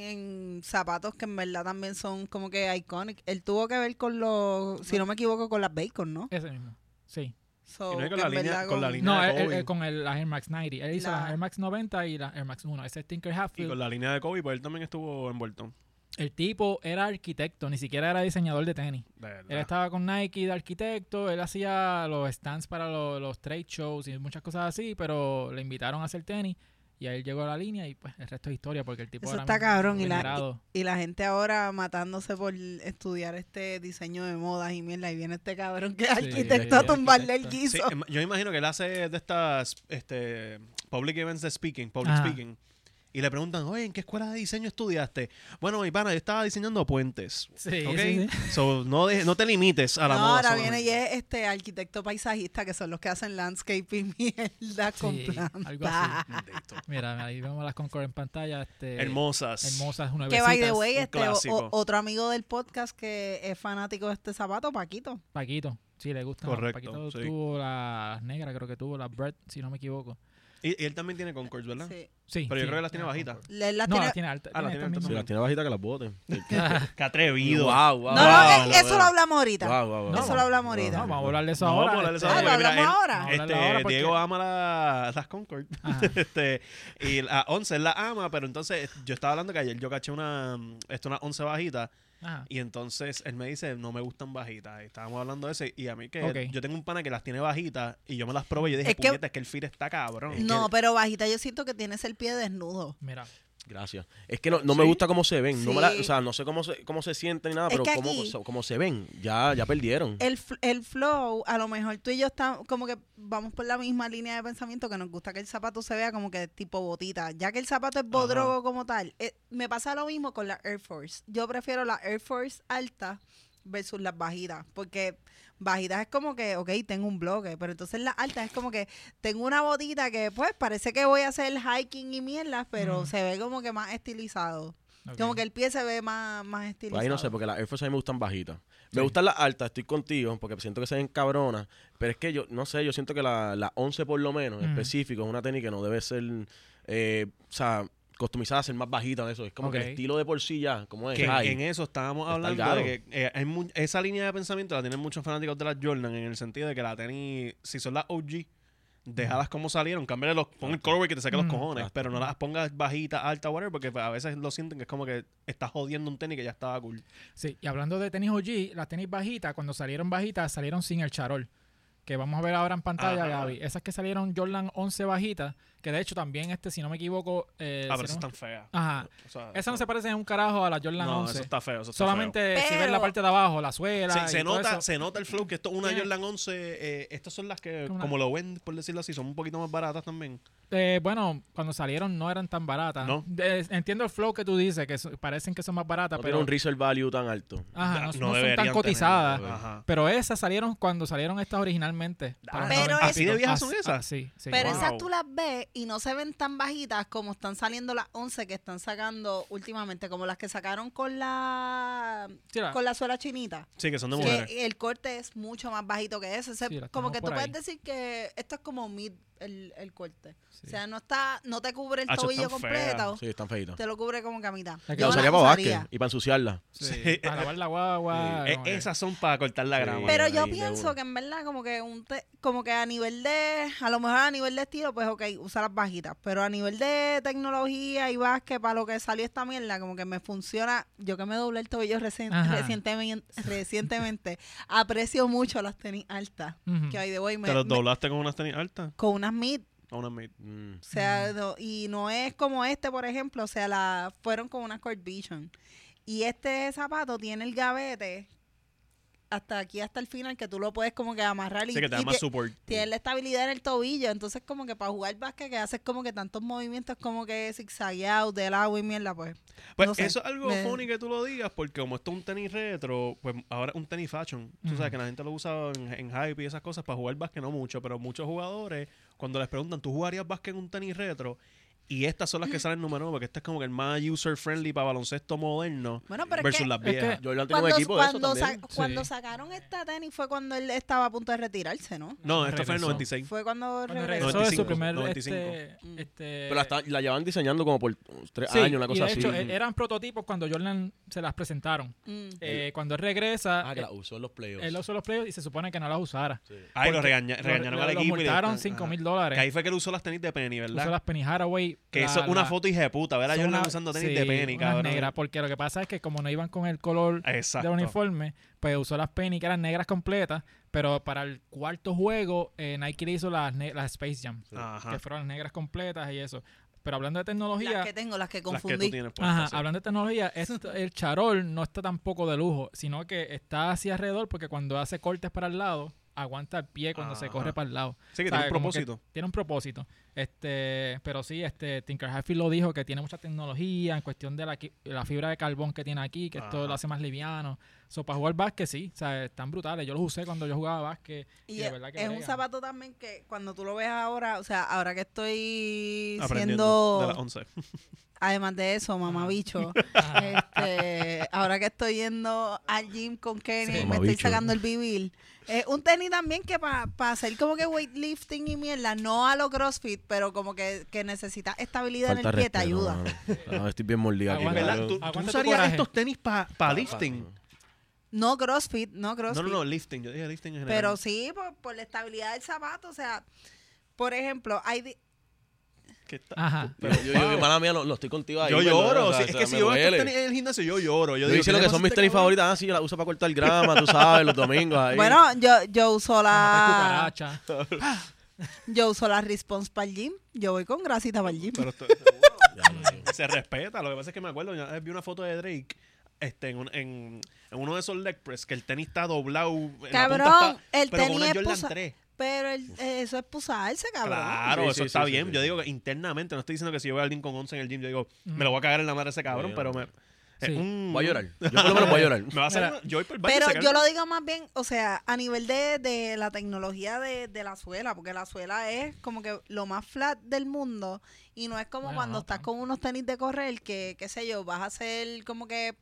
S2: en zapatos que en verdad también son como que iconic. Él tuvo que ver con los, si no me equivoco, con las Bacon, ¿no?
S1: Ese mismo. Sí.
S2: So,
S3: Y no es con
S2: que
S3: la
S2: en
S3: línea-
S2: verdad
S3: con la línea-
S1: No,
S3: de
S1: él- él-
S3: Kobe.
S1: él con el- las Air Max 90. Él hizo
S2: La-
S1: las Air Max 90 y las Air Max 1. Ese es Tinker
S3: Y
S1: Hatfield.
S3: con la línea de Kobe, pues él también estuvo envuelto.
S1: El tipo era arquitecto, ni siquiera era diseñador de tenis.
S3: De verdad.
S1: Él estaba con Nike de arquitecto, él hacía los stands para lo- los trade shows y muchas cosas así, pero le invitaron a hacer tenis y ahí llegó a la línea y pues el resto es historia porque el tipo
S2: Eso
S1: ahora
S2: está
S1: mismo
S2: cabrón,
S1: es
S2: y la-
S1: venerado.
S2: Y la gente ahora matándose por estudiar este diseño de modas y mierda. Y viene este cabrón que es
S1: Sí,
S2: arquitecto
S1: sí,
S2: a tumbarle el
S1: arquitecto.
S2: guiso.
S3: Sí, em- yo imagino que él hace de estas este, public events de speaking, public
S1: Ajá.
S3: speaking. Y le preguntan, oye, ¿en qué escuela de diseño estudiaste? Bueno, mi pana, yo estaba diseñando puentes.
S1: Sí,
S3: ¿ok?
S1: sí, sí.
S3: So, no, deje- no te limites a la
S2: No,
S3: moda.
S2: ahora viene
S3: solamente.
S2: y es este arquitecto paisajista, que son los que hacen landscaping mierda Ah, con
S1: Sí,
S2: plantas.
S1: algo así.
S3: Maldito.
S1: Mira, ahí vemos las Concord en pantalla. Este,
S3: Hermosas.
S1: Hermosas,
S2: Que by the
S1: nuevecitas.
S2: way,
S3: un
S2: este, o-
S3: clásico.
S2: otro amigo del podcast que es fanático de este zapato, Paquito.
S1: Paquito. Sí, le gusta.
S3: Correcto,
S1: Paquito
S3: sí.
S1: tuvo las negras, creo que tuvo las Brett, si no me equivoco.
S3: Y, y él también tiene Concords, ¿verdad?
S2: Sí.
S1: Sí.
S3: Pero yo
S1: sí,
S3: creo que las tiene bajitas.
S2: Le- él Ah, las
S1: No,
S2: tiene-
S1: las tiene altas.
S3: Ah, las tiene
S4: Si
S3: altas
S4: las tiene bajitas que las boten.
S3: Qué atrevido.
S4: Wow,
S2: No,
S4: wow.
S2: no,
S3: Wow,
S2: eh,
S4: wow,
S2: eso
S4: wow.
S2: lo hablamos ahorita.
S4: Wow, wow, wow.
S1: No,
S2: eso lo hablamos ahorita.
S1: No, vamos a hablar de eso
S3: No,
S1: ahora.
S3: vamos a hablar de eso
S1: este,
S2: Ah,
S3: ahora.
S2: lo
S3: Mira,
S2: hablamos
S3: él-
S2: ahora.
S1: Vamos a
S3: Este,
S1: hablarla ahora porque-
S3: Diego ama la- las Concord.
S1: Ajá.
S3: este, y la 11 él la ama, pero entonces yo estaba hablando que ayer yo caché una, mm, esto, una 11 bajita
S1: Ajá.
S3: Y entonces él me dice, no me gustan bajitas. Y Estábamos hablando de ese. Y a mí que
S1: Ok.
S3: yo tengo un pana que las tiene bajitas y yo me las probé y yo dije,
S2: Es que-
S3: puñeta, es que el fit está cabrón.
S2: No, pero bajita, yo siento que tienes el pie desnudo.
S1: Mira.
S4: Gracias. Es que no, no me
S3: Sí.
S4: gusta cómo se ven. No me la-
S2: Sí.
S4: o sea, no sé cómo se, cómo se sienten ni nada,
S2: Es
S4: pero
S2: que
S4: cómo,
S2: aquí-
S4: so- cómo se ven. Ya, ya perdieron.
S2: El, fl- el flow, a lo mejor tú y yo estamos como que vamos por la misma línea de pensamiento que nos gusta que el zapato se vea como que tipo botita. Ya que el zapato es bodrogo como tal, eh, me pasa lo mismo con la Air Force. Yo prefiero la Air Force alta versus las bajitas, porque bajitas es como que, ok, tengo un bloque, pero entonces las altas es como que tengo una botita que pues parece que voy a hacer hiking y mierdas, pero
S1: Mm.
S2: se ve como que más estilizado.
S1: ok.
S2: Como que el pie se ve más, más
S4: Pues
S2: estilizado.
S4: ahí no sé, porque las Air Force a mí me gustan bajitas.
S1: Sí.
S4: Me gustan las altas, estoy contigo, porque siento que se ven cabronas. Pero es que yo, no sé, yo siento que la, la 11 por lo menos, en
S1: Mm.
S4: específico, es una tenis que no debe ser, eh, o sea, customizada a ser más bajita de eso. Es como que
S1: Ok.
S4: el estilo de por sí ya, como es.
S3: Que
S4: high.
S3: en eso estábamos
S4: Está
S3: hablando
S4: caro.
S3: de que eh, hay mu- esa línea de pensamiento la tienen muchos fanáticos de las Jordan en el sentido de que la tenis, si son las OG, déjalas como salieron, cámbiale los, pon el colorway que te saque los
S1: Mm.
S3: cojones,
S4: Exacto.
S3: pero no las pongas bajitas, alta, whatever, porque a veces lo sienten que es como que estás jodiendo un tenis que ya estaba cool.
S1: Sí, y hablando de tenis OG, las tenis bajitas, cuando salieron bajitas, salieron sin el charol. Que vamos a ver ahora en pantalla,
S3: Ajá.
S1: Gaby. Esas que salieron Jordan 11 bajitas, que de hecho también, este, si no me equivoco. eh,
S3: ah,
S1: si
S3: pero esas
S1: no-
S3: están feas.
S1: Ajá.
S3: O sea,
S1: Esa no se parece en un carajo a la Jordan
S3: No,
S1: 11.
S3: eso está feo. Eso está
S1: Solamente si ves
S2: Pero-
S1: la parte de abajo, la suela.
S3: Se, se
S1: y todo
S3: nota,
S1: eso.
S3: se nota el flow que esto es una
S1: Tiene-
S3: Jordan 11. eh, estas son las que,
S1: Como una-
S3: como lo ven, por decirlo así, son un poquito más baratas también.
S1: Eh, bueno, cuando salieron no eran tan baratas.
S3: No.
S1: De- entiendo el flow que tú dices, que so- parecen que son más baratas,
S4: no tiene
S1: pero,
S4: un resale value tan alto.
S1: ajá, no,
S3: Ya,
S1: no son tan
S3: deberían
S1: cotizadas.
S3: tenerlo, ajá.
S1: Pero esas salieron cuando salieron estas originalmente. para los
S2: Ah, Pero
S1: 90 y
S2: es-
S3: ¿Así de
S1: pico.
S3: viejas son
S1: As-
S3: esas?
S1: ah, sí, sí.
S2: Pero
S3: Wow.
S2: esas tú las ves y no se ven tan bajitas como están saliendo las 11 que están sacando últimamente, como las que sacaron con la
S1: Sí, la-
S2: con la suela chinita.
S3: Sí, que son de mujeres.
S2: Que el corte es mucho más bajito que ese. Se-
S1: Sí, las
S2: como
S1: tenemos
S2: que tú
S1: por ahí.
S2: puedes decir que esto es como mid el, el corte.
S1: sí.
S2: O sea, no está no te cubre el
S3: Hacho,
S2: tobillo
S3: están feas.
S2: completo,
S4: Sí, están feitas.
S2: te lo cubre como que a mitad.
S1: La que
S4: La
S1: yo
S4: usaría
S2: las
S4: para
S2: usaría.
S4: básquet y para ensuciarla.
S1: Sí,
S3: Sí.
S1: Para lavar la guagua.
S3: Eh,
S1: como que-
S3: esas son para cortar la
S4: Sí.
S3: grama.
S2: Pero
S4: ahí,
S2: yo
S4: de
S2: pienso
S4: una.
S2: que en verdad como que un te- como que a nivel de, a lo mejor a nivel de estilo, pues ok, usar las bajitas, pero a nivel de tecnología y básquet, para lo que salió esta mierda, como que me funciona, yo que me doblé el tobillo recien-
S1: Ajá.
S2: recientemente, recientemente, aprecio mucho las tenis altas,
S1: Ujú.
S2: que hay de hoy me,
S3: ¿Te los
S2: me-
S3: doblaste con unas tenis altas?
S2: con unas mid,
S3: O unas mid.
S4: Mm.
S2: o sea, no- y no es como este, por ejemplo, o sea, la, fueron con unas Court Vision. Y este zapato tiene el gavete hasta aquí, hasta el final, que tú lo puedes como que amarrar y,
S3: Sí, que te da
S2: y
S3: más
S2: te-
S3: support.
S2: tiene la estabilidad en el tobillo, entonces como que para jugar básquet que haces como que tantos movimientos como que zigzagueados del agua y mierda, pues.
S3: Pues
S2: no sé,
S3: eso es algo
S2: me-
S3: funny que tú lo digas, porque como esto es un tenis retro, pues ahora es un tenis fashion. Tú
S1: Ujú.
S3: sabes que la gente lo usa en, en hype y esas cosas para jugar básquet, no mucho, pero muchos jugadores, cuando les preguntan, ¿tú jugarías básquet en un tenis retro? Y estas son las que salen número uno, porque este es como que el más user-friendly para baloncesto moderno
S2: Bueno, pero es
S3: versus
S2: que
S3: las
S1: es que-
S3: viejas.
S4: Jordan tiene un
S2: cuando,
S4: equipo de eso
S2: cuando
S4: también.
S2: sa- cuando
S1: Sí.
S2: sacaron esta tenis fue cuando él estaba a punto de retirarse, ¿no?
S3: No, esto fue en
S1: Regresó.
S3: el 96.
S2: Fue cuando,
S1: Cuando
S2: regresó.
S1: regresó de su
S3: 95,
S1: primer
S3: 95.
S2: Mm.
S1: este, este-
S4: Pero la, está- la llevan diseñando como por tres
S1: Sí,
S4: años, una
S1: y
S4: cosa
S1: de
S4: así.
S1: hecho, e- eran prototipos cuando Jordan se las presentaron.
S2: Mm.
S1: Eh, cuando él regresa,
S4: ah, que
S1: eh,
S4: la usó en los playoffs.
S1: él usó los playoffs y se supone que no las usara.
S4: Sí.
S3: Ay, lo
S1: Porque
S3: regaña-
S1: lo-
S3: regañaron
S1: lo-
S3: al
S1: lo
S3: equipo. y le-
S1: multaron
S3: ajá.
S1: 5 mil
S3: Que ahí
S1: dólares.
S3: fue que él usó las tenis de Penny,
S1: Usó
S3: ¿verdad?
S1: las Penny Haraway.
S3: Que
S1: la-
S3: hizo una
S1: la-
S3: foto hija de puta, ¿verdad?
S1: son
S3: Jordan
S1: una-
S3: usando tenis
S1: sí,
S3: de Penny,
S1: unas
S3: cabrón.
S1: negras, porque lo que pasa es que como no iban con el color
S3: Exacto.
S1: de uniforme, pues usó las Penny que eran negras completas, pero para el cuarto juego eh, Nike le hizo las, ne- las Space Jam,
S3: Ajá.
S1: que fueron las negras completas y eso. Pero hablando de tecnología,
S2: Las que tengo, las que
S3: Las que tú
S2: confundí.
S3: tienes puestas,
S1: Ajá,
S3: sí.
S1: hablando de tecnología, esto- el charol no está tampoco de lujo, sino que está hacia alrededor porque cuando hace cortes para el lado, aguanta el pie cuando se
S3: Ajá.
S1: corre para el lado.
S3: Sí, que
S1: ¿Sabe?
S3: tiene un
S1: Como que
S3: propósito.
S1: Tiene un propósito. Este, pero sí, este Tinker Hatfield lo dijo que tiene mucha tecnología en cuestión de la, qui- la fibra de carbón que tiene aquí, que esto
S3: Ajá.
S1: lo hace más liviano. So, para jugar básquet sí, o sea, están brutales. Yo los usé cuando yo jugaba básquet.
S2: Y
S1: Y de
S2: es,
S1: verdad que
S2: es un
S1: brega.
S2: zapato también que cuando tú lo ves ahora, o sea, ahora que estoy
S3: Aprendiendo de las
S2: siendo,
S3: 11.
S2: además de eso, mamabicho,
S1: Ajá.
S2: este, ahora que estoy yendo al gym con Kenny,
S1: Sí.
S2: me estoy
S4: Mamabicho.
S2: sacando el bibil. Eh, un tenis también que para hacer como que weightlifting y mierda, no a lo crossfit, pero como que, que necesitas estabilidad en el pie, te ayuda.
S4: mano. Ah, estoy bien mordido aquí.
S1: Aguanta.
S4: mano.
S1: ¿Verdad? Tú- Aguanta tu
S3: usarías
S1: coraje.
S3: estos tenis para lifting?
S2: No crossfit, no
S3: No, no,
S2: crossfit.
S3: no, lifting. Yo dije lifting en
S2: Pero
S3: general.
S2: sí, por, por la estabilidad del zapato, o sea, por ejemplo, hay... di-
S3: que está.
S1: Ajá.
S4: Pero yo, yo, mala mía, lo, lo estoy contigo ahí.
S3: yo
S4: perdona,
S3: lloro.
S4: Ah, o
S3: sí,
S4: sea, o
S3: es
S4: sea,
S3: que si
S4: me
S3: yo veo estos
S4: duele.
S3: tenis en el gimnasio, yo lloro. Yo,
S4: Yo
S3: digo,
S4: hice lo
S3: ¿qué le
S4: que
S3: pasa
S4: son
S3: a
S4: mis
S3: este
S4: tenis
S3: cabrón?
S4: favoritas. Ah, sí, yo las uso para cortar grama, tú sabes, los domingos ahí.
S2: Bueno, yo, yo uso
S1: Para matar
S2: la
S1: cucarachas.
S2: yo uso la response para el gym. Yo voy con grasita para el gym.
S3: Pero esto-
S4: Ya, no, sí.
S3: se respeta. Lo que pasa es que me acuerdo, una vez vi una foto de Drake este, en, un- en- en uno de esos leg press que el tenis está doblado. en la punta
S2: Cabrón,
S3: está-
S2: el
S3: pero con
S2: tenis
S3: una
S2: es
S3: Jordan
S2: pusa-
S3: 3.
S2: Pero el- eh, eso es pusarse, cabrón.
S3: Claro,
S4: Sí,
S3: eso
S4: sí,
S3: está
S4: sí, sí,
S3: bien.
S4: sí.
S3: Yo digo que internamente, no estoy diciendo que si yo veo a alguien con 11 en el gym, yo digo, me lo voy a cagar en la madre a ese cabrón,
S4: Sí,
S3: pero me.
S1: Sí.
S3: mm,
S4: Voy a llorar. Yo por lo menos voy a llorar.
S3: Me va a hacer.
S1: Mira,
S3: una- Yo voy por el baño y
S2: Pero
S3: se cae-
S2: yo lo digo más bien, o sea, a nivel de, de la tecnología de, de la suela, porque la suela es como que lo más flat del mundo y no es como
S1: Bueno,
S2: cuando
S1: no
S2: estás
S1: tanto.
S2: con unos tenis de correr que, qué sé yo, vas a hacer como que,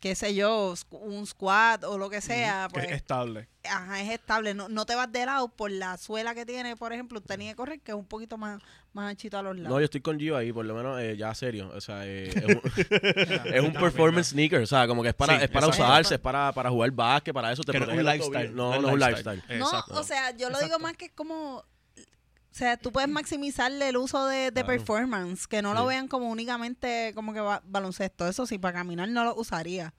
S2: qué sé yo, squ- un squat o lo que sea,
S3: que
S2: pues,
S3: es estable.
S2: ajá, es estable, no, no te vas de lado por la suela que tiene, por ejemplo, un tenis de correr que es un poquito más, más anchito a los
S4: No,
S2: lados.
S4: yo estoy con Gio ahí, por lo menos eh, ya serio. O sea, eh, es, un, es un
S1: Está
S4: performance sneaker. O sea, como que es para,
S3: Sí,
S4: es para
S3: exacto.
S4: usarse, es para, para jugar básquet, para eso. Te
S3: Que no es
S4: protege
S3: un
S4: los
S3: lifestyle.
S4: tobillos. No, no es un lifestyle.
S2: No,
S3: Exacto.
S2: o sea, yo lo digo
S1: Exacto.
S2: más que es como. O sea, tú puedes maximizarle el uso de, de
S4: Claro.
S2: performance, que no lo
S4: Sí.
S2: vean como únicamente como que ba- baloncesto. Eso sí, para caminar no lo usaría.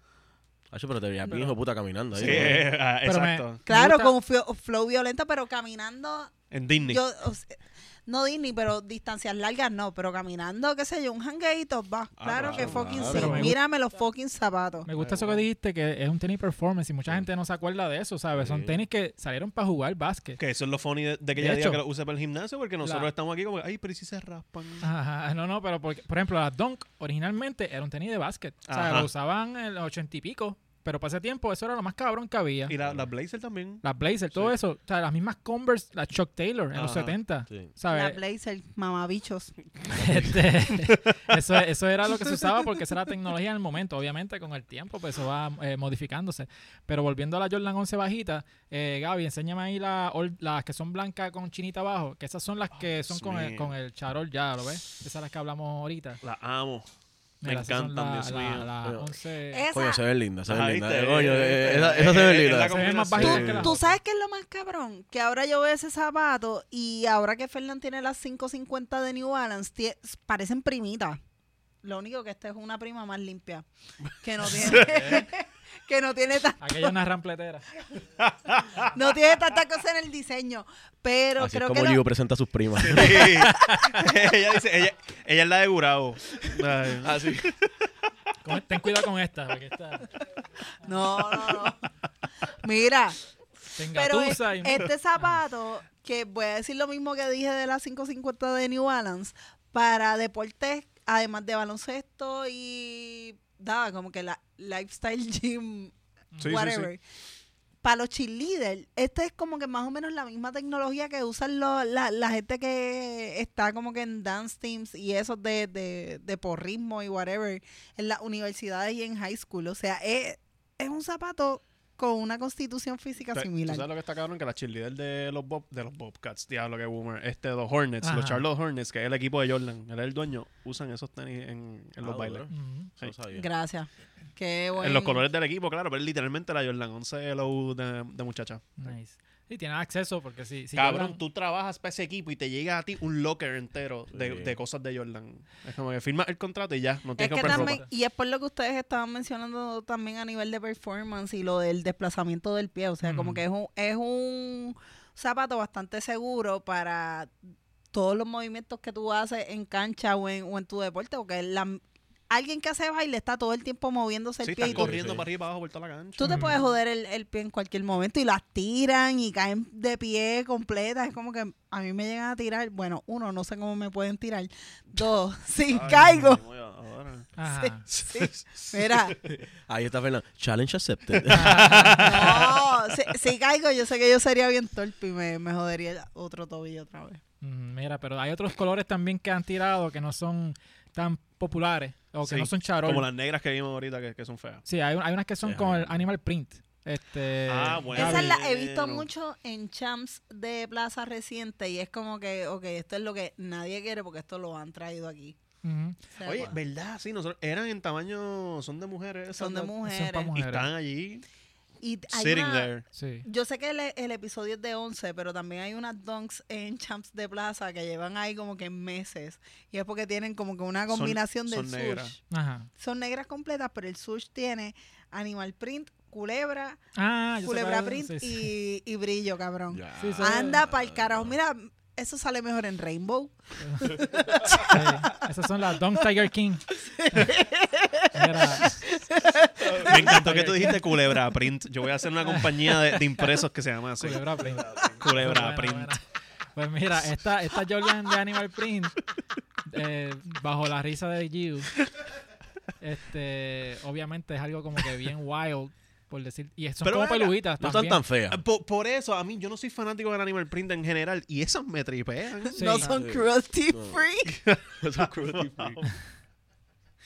S4: Hacho, pero te veía
S1: Pero-
S4: bien hijo de puta caminando ahí.
S3: Sí,
S4: ¿no?
S3: ah,
S1: Pero me-
S3: exacto.
S2: Claro,
S1: gusta-
S2: con un fio- flow, violento, pero caminando.
S3: En Disney.
S2: Yo, o sea, no Disney, pero distancias largas no, pero caminando, qué sé yo, un jangueito, va.
S3: Ah,
S2: claro
S3: claro,
S2: que fucking
S4: claro.
S1: Pero
S2: sí.
S1: me gu-
S2: Mírame los fucking zapatos.
S1: Me gusta
S3: Ay,
S1: eso
S3: wow.
S1: que dijiste, que es un tenis performance y mucha gente no se acuerda de eso, ¿sabes? Son
S4: Sí.
S1: tenis que salieron para jugar básquet.
S3: Que eso es lo funny de, de que
S1: De
S3: ella diga
S1: hecho,
S3: que lo use para el gimnasio, porque nosotros
S1: la- Ah,
S3: estamos aquí como que, ay, pero ¿y si se raspan.
S1: Ajá, no, no, pero porque- por ejemplo, las Dunk originalmente era un tenis de básquet. O sea,
S3: Ajá.
S1: lo usaban en los ochenta y pico, pero para ese tiempo eso era lo más cabrón que había.
S3: Y la- las Blazer también.
S1: Las Blazer, todo
S3: Sí.
S1: eso. O sea, las mismas Converse, las Chuck Taylor en los
S3: Ajá.
S1: 70.
S4: Sí.
S2: La
S1: ¿Sabes?
S2: blazer, mamabichos.
S1: Este, eso, eso era lo que se usaba porque esa era la tecnología en el momento. Obviamente, con el tiempo, pues eso va eh, modificándose. Pero volviendo a la Jordan 11 bajita, eh, Gaby, enséñame ahí la ol- las que son blancas con chinita abajo, que esas son las que son
S3: Dios
S1: con el,
S3: mío.
S1: con el charol ya, ¿lo ves? Esas las que hablamos ahorita.
S3: Las amo. Me
S1: Mira, esas son
S3: encantan,
S1: la-
S3: Dios
S1: la-
S3: mío.
S1: la
S4: Pero-
S1: 11.
S2: Esa,
S4: Coño, se ven lindas, se ven
S3: Ajá,
S4: lindas.
S3: ¿viste?
S4: Eh, Coño, eh, esa,
S3: Eh,
S4: esa se
S3: eh,
S4: ven
S3: eh,
S4: lindas.
S3: la
S1: Se ven más
S4: Sí.
S1: bajitas que las
S2: ¿Tú, tú
S1: otras.
S2: sabes qué es lo más cabrón? Que ahora yo veo ese zapato y ahora que Fernand tiene las 550 de New Balance, tie- parecen primitas. Lo único que esta es una prima más limpia. Que no tiene. que no tiene, ta-
S1: Aquella es una rampletera.
S2: no tiene tanta cosa en el diseño. Pero
S4: Así es
S2: creo
S4: como
S2: que.
S4: Gio
S2: lo-
S4: presenta a sus primas.
S3: ella dice, ella, ella es la de Gurabo.
S4: Así.
S1: Con- este, ten cuidado con esta, porque esta
S2: No, no, no. Mira,
S1: te
S2: pero es-
S1: engatusa y-
S2: este zapato, que voy a decir lo mismo que dije de las 550 de New Balance, para deportes, además de baloncesto y da, como que la lifestyle gym,
S3: Mm. Sí, sí,
S2: whatever. Para los cheerleaders, esta es como que más o menos la misma tecnología que usan lo- la, la gente que está como que en dance teams y esos de, de, de porrismo y whatever, en las universidades y en high school. O sea, es, es un zapato con una constitución física
S3: ¿Tú
S2: similar.
S3: sabes lo que está cabrón? Que la cheerleader de los, Bob, de los Bobcats, diablo que boomer, este, los Hornets,
S1: Ajá.
S3: los Charlotte Hornets, que es el equipo de Jordan, él es el dueño, usan esos tenis en, en los
S4: Ah,
S3: bailes.
S4: bueno.
S1: Ujú.
S4: Eso no sabía.
S2: Gracias. Qué bueno.
S3: En los colores del equipo, claro, pero es literalmente la Jordan 11 low de, de muchacha.
S1: Nice. Sí, tienen acceso porque si, si
S3: Cabrón,
S1: Jordan-
S3: tú trabajas para ese equipo y te llega a ti un locker entero de,
S4: Sí.
S3: de cosas de Jordan. Es como que firmas el contrato y ya, no
S2: Es
S3: tienes
S2: que
S3: comprar ropa.
S2: también, y es por lo que ustedes estaban mencionando también a nivel de performance y lo del desplazamiento del pie. O sea, como
S1: Ujú.
S2: que es un, es un zapato bastante seguro para todos los movimientos que tú haces en cancha o en, o en tu deporte. Porque la- alguien que hace baile está todo el tiempo moviéndose el
S3: Sí,
S2: pie.
S3: están
S2: Y tú,
S3: corriendo
S4: Sí.
S3: para arriba y para abajo por toda la cancha.
S2: tú te
S1: Ujú.
S2: puedes joder el, el pie en cualquier momento y las tiran y caen de pie completa. Es como que a mí me llegan a tirar. Bueno, uno, no sé cómo me pueden tirar. Dos, si
S3: Ay,
S2: caigo.
S3: me voy a- ahora.
S1: Ajá.
S2: Mira.
S4: Ahí está Fernando. Challenge accepted.
S2: No, si, si caigo, yo sé que yo sería bien torpe y me, me jodería el otro tobillo otra vez.
S1: Mm, Mira, pero hay otros colores también que han tirado que no son tan populares o que
S3: Sí,
S1: no son charol.
S3: Como las negras que vimos ahorita que, que son feas.
S1: Sí, hay, un- hay unas que son
S4: Deja
S1: con
S4: ver.
S1: el animal print. Este,
S3: Ah, bueno.
S1: Gaby.
S2: Esa la he visto
S3: Bueno.
S2: mucho en champs de plaza reciente y es como que, ok, esto es lo que nadie quiere porque esto lo han traído aquí.
S1: Ujú.
S2: O sea,
S3: Oye,
S2: wow.
S3: ¿verdad? Sí, nosotros eran en tamaño, son de mujeres. esas,
S2: son de
S3: ¿no?
S1: Son
S2: mujeres.
S1: para
S3: Y
S1: mujeres.
S3: están allí.
S2: Y hay
S3: Sitting
S2: una-
S3: there.
S1: Sí.
S2: Yo sé que el, el episodio es de 11, pero también hay unas dunks en Champs de Plaza que llevan ahí como que meses. Y es porque tienen como que una
S3: Son-
S2: combinación
S3: son
S2: del sush.
S3: negras.
S1: Ajá.
S2: Son negras completas, pero el sush tiene animal print, culebra,
S1: Ah, yo sé
S2: culebra
S1: cuál es, sí,
S2: print
S1: sí.
S2: y, y brillo, cabrón.
S4: Ya.
S1: Sí, eso-
S2: Anda para el carajo. Mira, eso sale mejor en Rainbow.
S1: Sí, Esas son las Don Tiger King. Mira,
S3: Me encantó que tú dijiste culebra print. Yo voy a hacer una compañía de, de impresos que se llama así.
S1: culebra print.
S3: Culebra
S1: Buena,
S3: print.
S1: buena. Pues mira, esta, esta Jordan de Animal Print, eh, bajo la risa de Giu, este, obviamente es algo como que bien wild, por decir. Y son
S3: Pero
S1: como
S3: ven acá,
S1: peluitas
S4: No están
S1: también.
S4: tan feas.
S3: Ah, Por, por eso, a mí, yo no soy fanático del animal print en general y esas me tripean.
S1: Sí.
S2: No son
S4: Sí.
S2: cruelty
S4: No.
S2: free.
S4: Son cruelty free.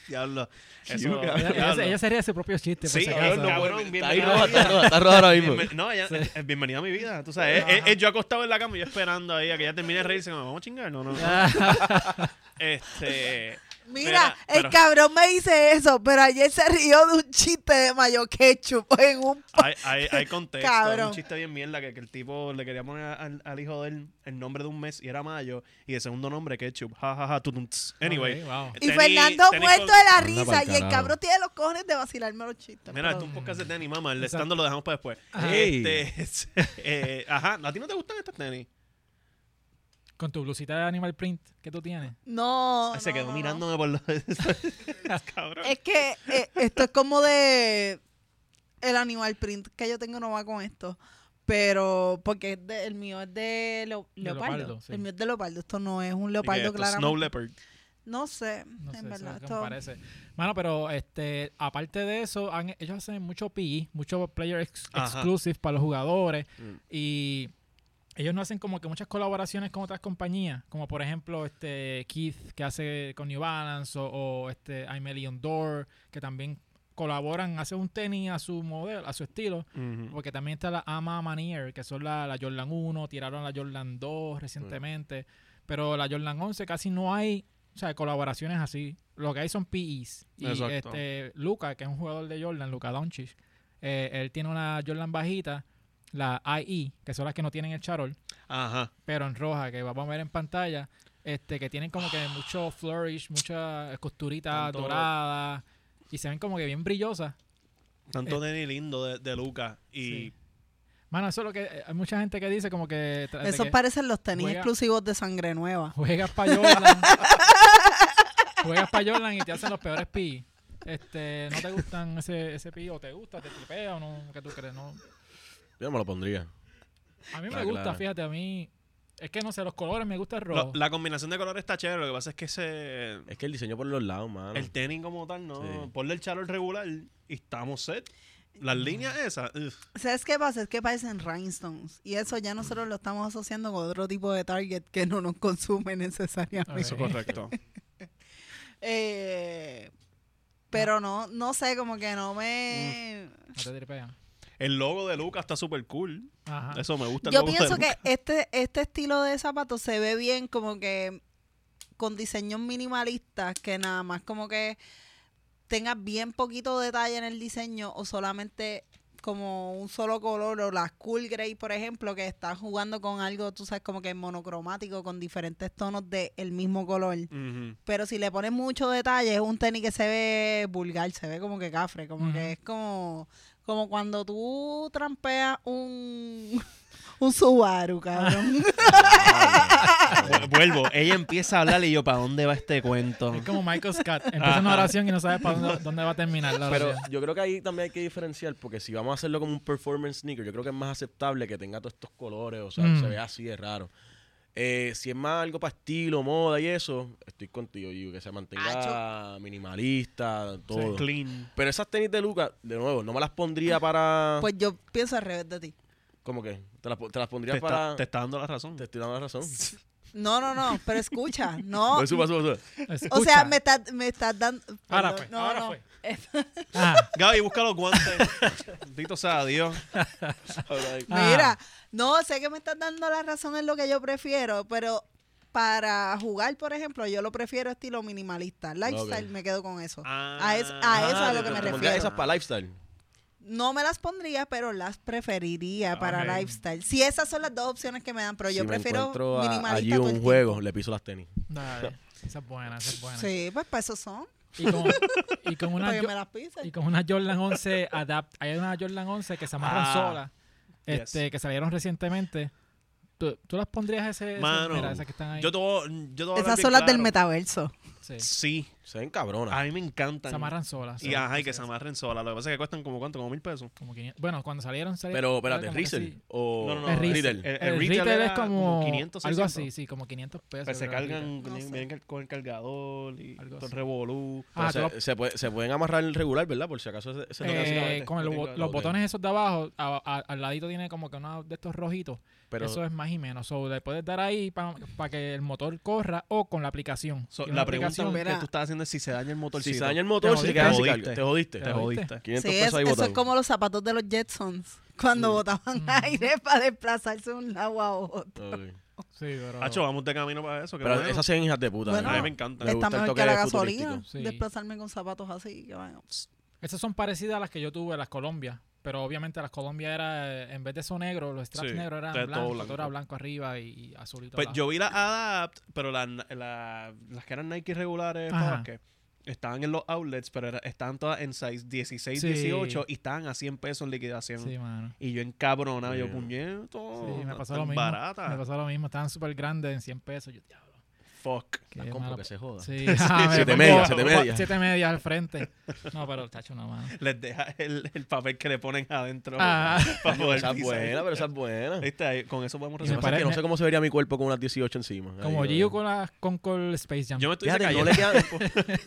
S3: Diablo. Eso,
S4: Sí, cabrón.
S1: Ella- ella,
S3: diablo.
S1: se- ella se ríe de su propio chiste, por
S3: Sí,
S1: si
S3: cabrón,
S1: acaso.
S3: no, bueno,
S4: Está ahí
S3: bienvenida
S4: roja,
S3: a mi
S4: está
S3: vida.
S4: roja, está roja ahora mismo.
S3: Bienven- no, ella, es- es bienvenida a mi vida. Tú sabes, es- es- yo acostado en la cama y yo esperando ahí a que ella termine de reírse. Como, Vamos a chingar. No, no. no. Este.
S2: Mira,
S3: Mira,
S2: el
S3: pero-
S2: cabrón me dice eso, pero ayer se rió de un chiste de mayo ketchup en un
S3: Hay, hay, hay contexto.
S2: Cabrón.
S3: hay Un chiste bien mierda que, que el tipo le quería poner al, al hijo de él el nombre de un mes y era mayo y el segundo nombre ketchup. Ja, ja, ja, tutum, tss. Anyway.
S1: Ok, wow.
S2: Y
S3: tenis-
S2: Fernando
S3: tenis
S2: muerto
S3: con-
S2: de la
S4: Anda
S2: risa
S4: pa'l
S2: y el
S4: carajo.
S2: cabrón tiene los cojones de vacilarme los chistes.
S3: Mira,
S2: pero-
S3: esto es un podcast de tenis, mamá. El
S1: Exacto.
S3: estando lo dejamos para después.
S1: Ajá.
S4: Ey.
S3: Este, eh, ajá, ¿a ti no te gustan estos tenis?
S1: Con tu blusita de Animal Print que tú tienes.
S2: No.
S3: Se
S2: no,
S3: quedó
S2: no, no.
S3: mirándome por los. Cabrón.
S2: Es que eh, esto es como de. El animal print que yo tengo no va con esto. Pero. Porque es de- el mío es de lo-
S1: De
S2: leopardo.
S1: leopardo, sí.
S2: El mío es de leopardo. Esto no es un
S3: Y que
S2: leopardo,
S3: esto, Snow
S2: claramente.
S3: Leopard.
S2: No sé,
S1: No sé, eso
S2: en
S1: es
S2: verdad.
S1: lo que me
S2: esto-
S1: parece. Mano, pero este, aparte de eso, han- ellos hacen mucho PE, mucho player ex-
S3: Ajá.
S1: exclusive para los jugadores.
S4: Mm.
S1: Y ellos no hacen como que muchas colaboraciones con otras compañías, como por ejemplo este Keith que hace con New Balance o, o, este I'm a Million Door, que también colaboran, hacen un tenis a su modelo, a su estilo.
S3: Ujú.
S1: Porque también está la Ama Manier, que son la, la Jordan 1, tiraron la Jordan 2 recientemente, pero la Jordan 11 casi no hay, o sea, colaboraciones así. Lo que hay son PEs. Y
S3: Exacto.
S1: este Luca, que es un jugador de Jordan, Luca Doncic, eh, él tiene una Jordan bajita, la IE, que son las que no tienen el charol,
S3: Ajá.
S1: pero en roja, que vamos a ver en pantalla, este que tienen como que mucho flourish, muchas costuritas
S3: Tanto-
S1: doradas, y se ven como que bien brillosas.
S3: Tanto tenis lindo de, de Luca.
S1: Eh, Sí.
S3: Y
S1: Mano, eso es lo que eh, hay mucha gente que dice como que... tra- de
S2: Esos
S1: que-
S2: parecen los tenis
S1: juega-
S2: exclusivos de sangre nueva.
S1: Juegas para Jordan. juegas para Jordan y te hacen los peores pi. Este, ¿no te gustan ese, ese pi? ¿O te gusta? ¿Te tripea o no? ¿Qué tú crees? No.
S4: Yo me lo pondría.
S1: A mí me
S4: Ah,
S1: gusta,
S4: claro.
S1: fíjate, a mí... Es que no sé, los colores, me gusta el
S3: lo-
S1: rojo.
S3: la combinación de colores está chévere. Lo que pasa es que ese.
S4: Es que el diseño por los lados, mano.
S3: El tenis como tal, no.
S4: Sí.
S3: Ponle el charol regular y estamos set. Las
S1: Mm.
S3: líneas esas, ugh.
S2: ¿Sabes qué pasa? Es que parecen rhinestones. Y eso ya nosotros lo estamos asociando con otro tipo de target que no nos consume necesariamente.
S1: Ok.
S3: eso correcto.
S2: Eh, pero no, no sé, como que no me...
S1: No te tripean.
S3: El logo de Luca está súper cool.
S1: Ajá.
S3: Eso me gusta. El
S2: Yo
S3: logo de
S2: pienso
S3: Luca.
S2: que este, este estilo de zapatos se ve bien como que con diseños minimalistas que nada más como que tengas bien poquito detalle en el diseño o solamente como un solo color o las cool gray por ejemplo que estás jugando con algo tú sabes como que monocromático con diferentes tonos del mismo color
S3: Ujú.
S2: pero si le pones mucho detalle, es un tenis que se ve vulgar, se ve como que cafre, como
S1: Ujú.
S2: que es como, como cuando tú trampeas un, un Subaru, cabrón.
S3: Vu- Vuelvo. Ella empieza a hablar y yo, ¿para dónde va este cuento?
S1: Es como Michael Scott. Empieza una
S3: Ajá.
S1: oración y no sabes para dónde, dónde va a terminar la
S4: Pero
S1: oración.
S4: yo creo que ahí también hay que diferenciar, porque si vamos a hacerlo como un performance sneaker, yo creo que es más aceptable que tenga todos estos colores, o sea,
S1: Mm.
S4: que se vea así de raro. Eh, si es más algo para estilo, moda y eso, estoy contigo, Yu, que se mantenga minimalista, todo.
S3: Clean.
S4: Pero esas tenis de Luca, de nuevo, no me las pondría para...
S2: pues yo pienso al revés de ti.
S4: ¿Cómo que? ¿Te las, po- te las
S3: Te
S4: pondría
S3: está,
S4: para...?
S3: te está dando la razón.
S4: te estoy dando la razón.
S2: No, no, no, pero escucha, no.
S4: Pues suba, suba, suba.
S2: O sea,
S1: Escucha.
S2: me estás me estás dando...
S1: Ahora
S2: perdón,
S1: fue,
S2: no,
S1: ahora
S2: no.
S1: fue. Ah,
S2: Eh,
S1: Ajá.
S3: Gaby, busca los guantes. Dito sea Dios.
S4: Alright.
S1: Ah.
S2: Mira, no, sé que me estás dando la razón en lo que yo prefiero, pero para jugar, por ejemplo, yo lo prefiero estilo minimalista. Lifestyle,
S4: Ok.
S2: me quedo con eso.
S3: Ah.
S2: a, es- a eso es a lo que
S4: Te-
S2: me
S4: te pondría
S2: refiero.
S4: esas para lifestyle.
S2: no me las pondría, pero las preferiría para
S3: Ok.
S2: lifestyle. Si esas son las dos opciones que me dan, pero yo
S4: si me
S2: prefiero
S4: encuentro a-
S2: minimalista
S4: allí
S2: todo el
S4: un
S2: tiempo.
S4: juego, le piso las tenis.
S1: Dale. Esa es buena, esa es buena.
S2: Sí, pues para eso son.
S1: Y con, y con una
S2: para que
S1: Jo-
S2: me las pisen.
S1: y con una Jordan 11 Adapt. Hay una Jordan 11 que se amarran
S3: Ah,
S1: solas,
S3: yes.
S1: este, que salieron recientemente. ¿Tú, tú las pondrías ese, ese-
S3: Mano,
S1: mira, esas que están ahí?
S3: Yo te voy- yo te voy a hablar
S2: Esas
S3: bien
S2: son las del
S3: claro.
S2: metaverso.
S1: Sí.
S3: Sí,
S4: Se ven cabronas.
S3: a mí me encantan.
S1: Se amarran solas.
S3: Y ajá, y que se amarren solas. Lo que pasa es que cuestan como cuánto, como mil pesos.
S1: Como 500. Bueno, cuando salieron, salieron.
S4: pero,
S1: era
S4: espérate,
S1: como que
S4: Riesel
S1: sí.
S4: o
S3: No, no, no,
S1: Es Riesel.
S4: Riddle.
S3: El,
S1: El,
S3: retail
S1: retail es
S3: era
S1: como,
S3: 500,
S1: algo
S3: 600.
S1: así, sí, como 500 pesos.
S3: Pues se
S1: creo que
S3: cargan,
S2: No
S3: vienen-
S2: sé.
S3: vienen con el cargador y
S1: Algo
S3: todo el
S1: así.
S3: revolú.
S1: Ah,
S4: Pero se, se puede- se pueden amarrar el regular, ¿verdad? Por si acaso ese, ese
S1: Eh,
S4: no es así.
S3: básicamente,
S1: con el
S3: lo
S1: bo-
S3: tengo al
S1: los
S4: lado.
S1: botones esos de abajo, a- a- al ladito tiene como que uno de estos rojitos.
S4: Pero
S1: Eso es más y menos. O le puedes dar ahí para que el motor corra o con la aplicación.
S3: So,
S1: Tiene una
S3: la pregunta
S1: aplicación.
S2: Mira.
S3: que tú estás haciendo es si se daña el motorcito.
S4: si se daña el motor,
S1: Te jodiste.
S4: si te quedas sin
S3: Te
S4: carga, te jodiste.
S3: Te
S1: Te
S3: jodiste.
S1: jodiste.
S4: 500
S2: Sí, es-
S4: pesos ahí
S2: eso es
S4: botados.
S2: como los zapatos de los Jetsons cuando
S4: Sí.
S2: botaban
S1: Ujú.
S2: aire para desplazarse de un lado a otro.
S4: Ok.
S1: Sí, pero...
S3: Hacho, vamos de camino para eso. que
S4: Pero
S3: bueno.
S4: esas se ven hijas de puta.
S2: Bueno,
S3: a mí
S4: ¿no?
S3: me encanta.
S4: Le
S2: Está
S4: gusta el
S2: mejor
S4: toque
S2: que la
S4: futurístico.
S2: gasolina.
S1: Sí.
S2: Desplazarme con zapatos así. que vayan.
S1: Esas son parecidas a las que yo tuve, las Colombia. Pero obviamente las Colombia era, eh, en vez de eso negro, los straps
S3: Sí,
S1: negros eran
S3: todo
S1: blancos, todo,
S3: blanco.
S1: era blanco arriba y, y azulito.
S3: Pues
S1: abajo.
S3: yo vi la Adapt, pero la- la- las que eran Nike regulares
S1: Ajá.
S3: para que estaban en los outlets, pero era- estaban todas en size 16,
S1: Sí.
S3: 18 y estaban a 100 pesos en liquidación.
S1: Sí, mano.
S3: Y yo encabronado, yo
S4: Sí.
S3: puñeto.
S1: Sí, me pasó
S3: tan
S1: lo mismo.
S3: barata.
S1: Me pasó lo mismo, estaban súper grandes en 100 pesos. Yo, diablo.
S3: Fuck.
S1: qué
S4: La compro
S1: mala-
S4: que se joda.
S1: Sí, ah, me
S4: siete
S1: pongo-
S4: media, siete media.
S1: Siete media al frente. No, pero tacho, no, mano.
S3: Les deja el, el papel que le ponen adentro
S1: Ah.
S3: para poder
S4: Esa es
S3: pisar.
S4: buena, pero esa es buena.
S3: ¿Viste? Ahí, Con eso podemos
S1: Y
S4: Lo
S1: me
S4: que
S3: resolver.
S4: pasa es que
S1: parece-
S4: no sé cómo se vería mi cuerpo con unas 18 encima. Ahí,
S1: Como
S4: ahí.
S1: Gio con la Concord Space Jam.
S3: Yo me estoy
S4: Fíjate, no
S3: cayendo.
S4: le quedan.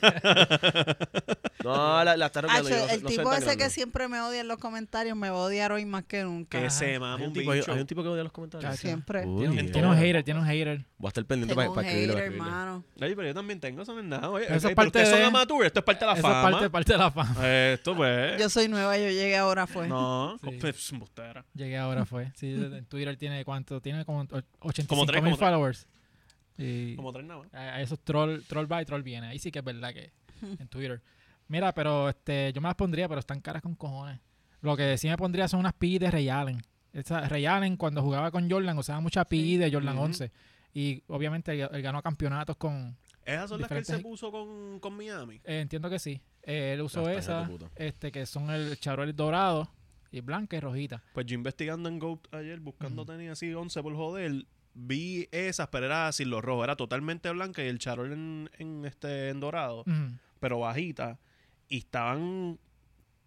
S4: no, la, la está
S2: Ah,
S4: arreglando.
S2: che,
S4: yo no-
S2: el
S4: no se
S2: tipo
S4: está
S2: ese que
S4: arreglando.
S2: siempre me odia en los comentarios me va a odiar hoy más que nunca.
S3: Que
S1: Ajá.
S3: se mama
S4: Hay
S3: un
S4: un, tipo, hay,
S3: bicho.
S4: hay un tipo que odia los comentarios.
S1: Chacho.
S2: Siempre.
S4: Uy,
S1: tiene,
S4: eh.
S1: un, tiene un hater, tiene un hater.
S4: Voy a estar pendiente
S2: Tengo
S4: para,
S2: un
S4: para escribirlo. para
S2: hater,
S4: escribirlo.
S2: hermano.
S3: Oye, pero yo también tengo, eso no es nada. Oye,
S1: Pero eso es
S3: ey, eh. pero
S1: parte
S3: ustedes son
S1: de-
S3: amateurs, esto es parte de la
S1: Eso
S3: fama.
S1: es parte, parte de la fama.
S3: Esto pues.
S2: Yo soy nueva, yo llegué ahora fue.
S3: No,
S1: Sí.
S3: pues, embustera.
S1: Llegué ahora, fue. Sí, en Twitter tiene cuánto, tiene como
S3: Como
S1: 85
S3: tres, como
S1: mil
S3: tres.
S1: followers. Y
S3: Como tres nada más.
S1: a a esos troll, troll va y troll viene. Ahí sí que es verdad que en Twitter. Mira, pero este, yo me las pondría, pero están caras con cojones. Lo que sí me pondría son unas PI de Ray Allen. Esa, Ray Allen cuando jugaba con Jordan usaba mucha PI de Jordan
S3: Ujú.
S1: 11. Y obviamente él, él ganó campeonatos con...
S3: Esas son las que él se
S1: Diferentes-
S3: puso con, con Miami.
S1: eh, entiendo que sí. Eh, él usó
S4: Las tarjetas
S1: esas,
S4: de puta.
S1: este, que son el charol dorado y blanca y rojita.
S3: Pues yo investigando en Go ayer, buscando
S1: Ujú.
S3: tenis así 11 por joder, vi esas, pero era sin los rojos. Era totalmente blanca y el charol en, en este, en dorado,
S1: Ujú.
S3: pero bajita. Y estaban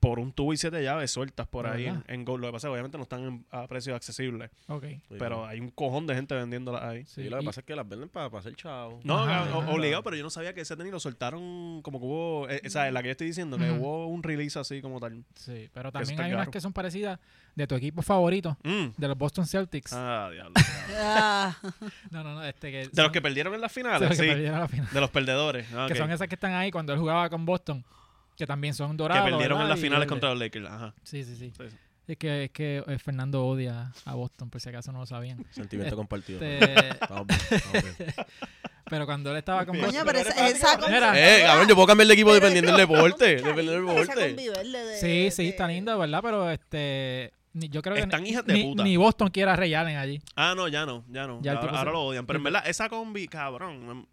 S3: por un tubo y siete llaves sueltas por
S1: ¿De
S3: ahí en,
S1: verdad?
S3: en Go. Lo que pasa es que obviamente no están en- a precios accesibles,
S1: Ok.
S4: Sí,
S3: pero hay un cojón de gente vendiéndolas ahí.
S1: Sí,
S4: y lo que
S1: y-
S4: pasa es que las venden para, para hacer chavo.
S3: No,
S1: Ajá,
S3: o-
S1: ajá.
S3: obligado, pero yo no sabía que ese tenis lo soltaron como que hubo, eh, o sea, la que yo estoy diciendo, que
S1: Ujú.
S3: hubo un release así como tal.
S1: Sí, pero
S3: Eso
S1: también
S3: está
S1: hay
S3: caro.
S1: unas que son parecidas de tu equipo favorito,
S3: Mm.
S1: de los Boston Celtics.
S3: Ah, diablo.
S2: Ah,
S1: No, no, no, este que...
S3: De los
S1: son-
S3: que perdieron en las
S1: son
S3: finales,
S1: los
S3: sí.
S1: que perdieron la final.
S3: De los perdedores. Ah, ok.
S1: Que son esas que están ahí cuando él jugaba con Boston, que también son
S3: Que
S1: dorados.
S3: perdieron en
S1: ¿verdad?
S3: las
S1: Y
S3: finales
S1: verde.
S3: contra los Lakers. Ajá.
S1: Sí, sí, sí.
S3: Sí, sí.
S1: Es que, es que eh, Fernando odia a Boston, por si acaso no lo sabían.
S4: Sentimiento compartido.
S1: Este,
S4: Estamos bien, estamos bien.
S1: pero cuando él estaba con
S3: Coño,
S1: Boston...
S2: coño, pero
S3: Pero
S2: esa,
S3: eres
S2: esa
S3: fanático,
S1: Mira.
S2: con-
S4: Eh, cabrón, yo puedo cambiar de equipo
S2: Pero
S4: dependiendo del
S2: eso-
S4: deporte.
S2: Carita,
S4: Dependiendo del
S2: esa
S4: deporte.
S2: conviverle de-
S1: Sí, sí,
S4: eh,
S2: de-
S1: está linda, ¿verdad? Pero este... ni- yo creo que
S3: Están hijas de
S1: ni,
S3: puta.
S1: ni Boston quiere a Ray Allen allí.
S3: Ah, no, ya no, ya no.
S1: Ya el
S3: ahora,
S1: tipo se-
S3: ahora lo odian. Pero en verdad, esa combi, cabrón. mm,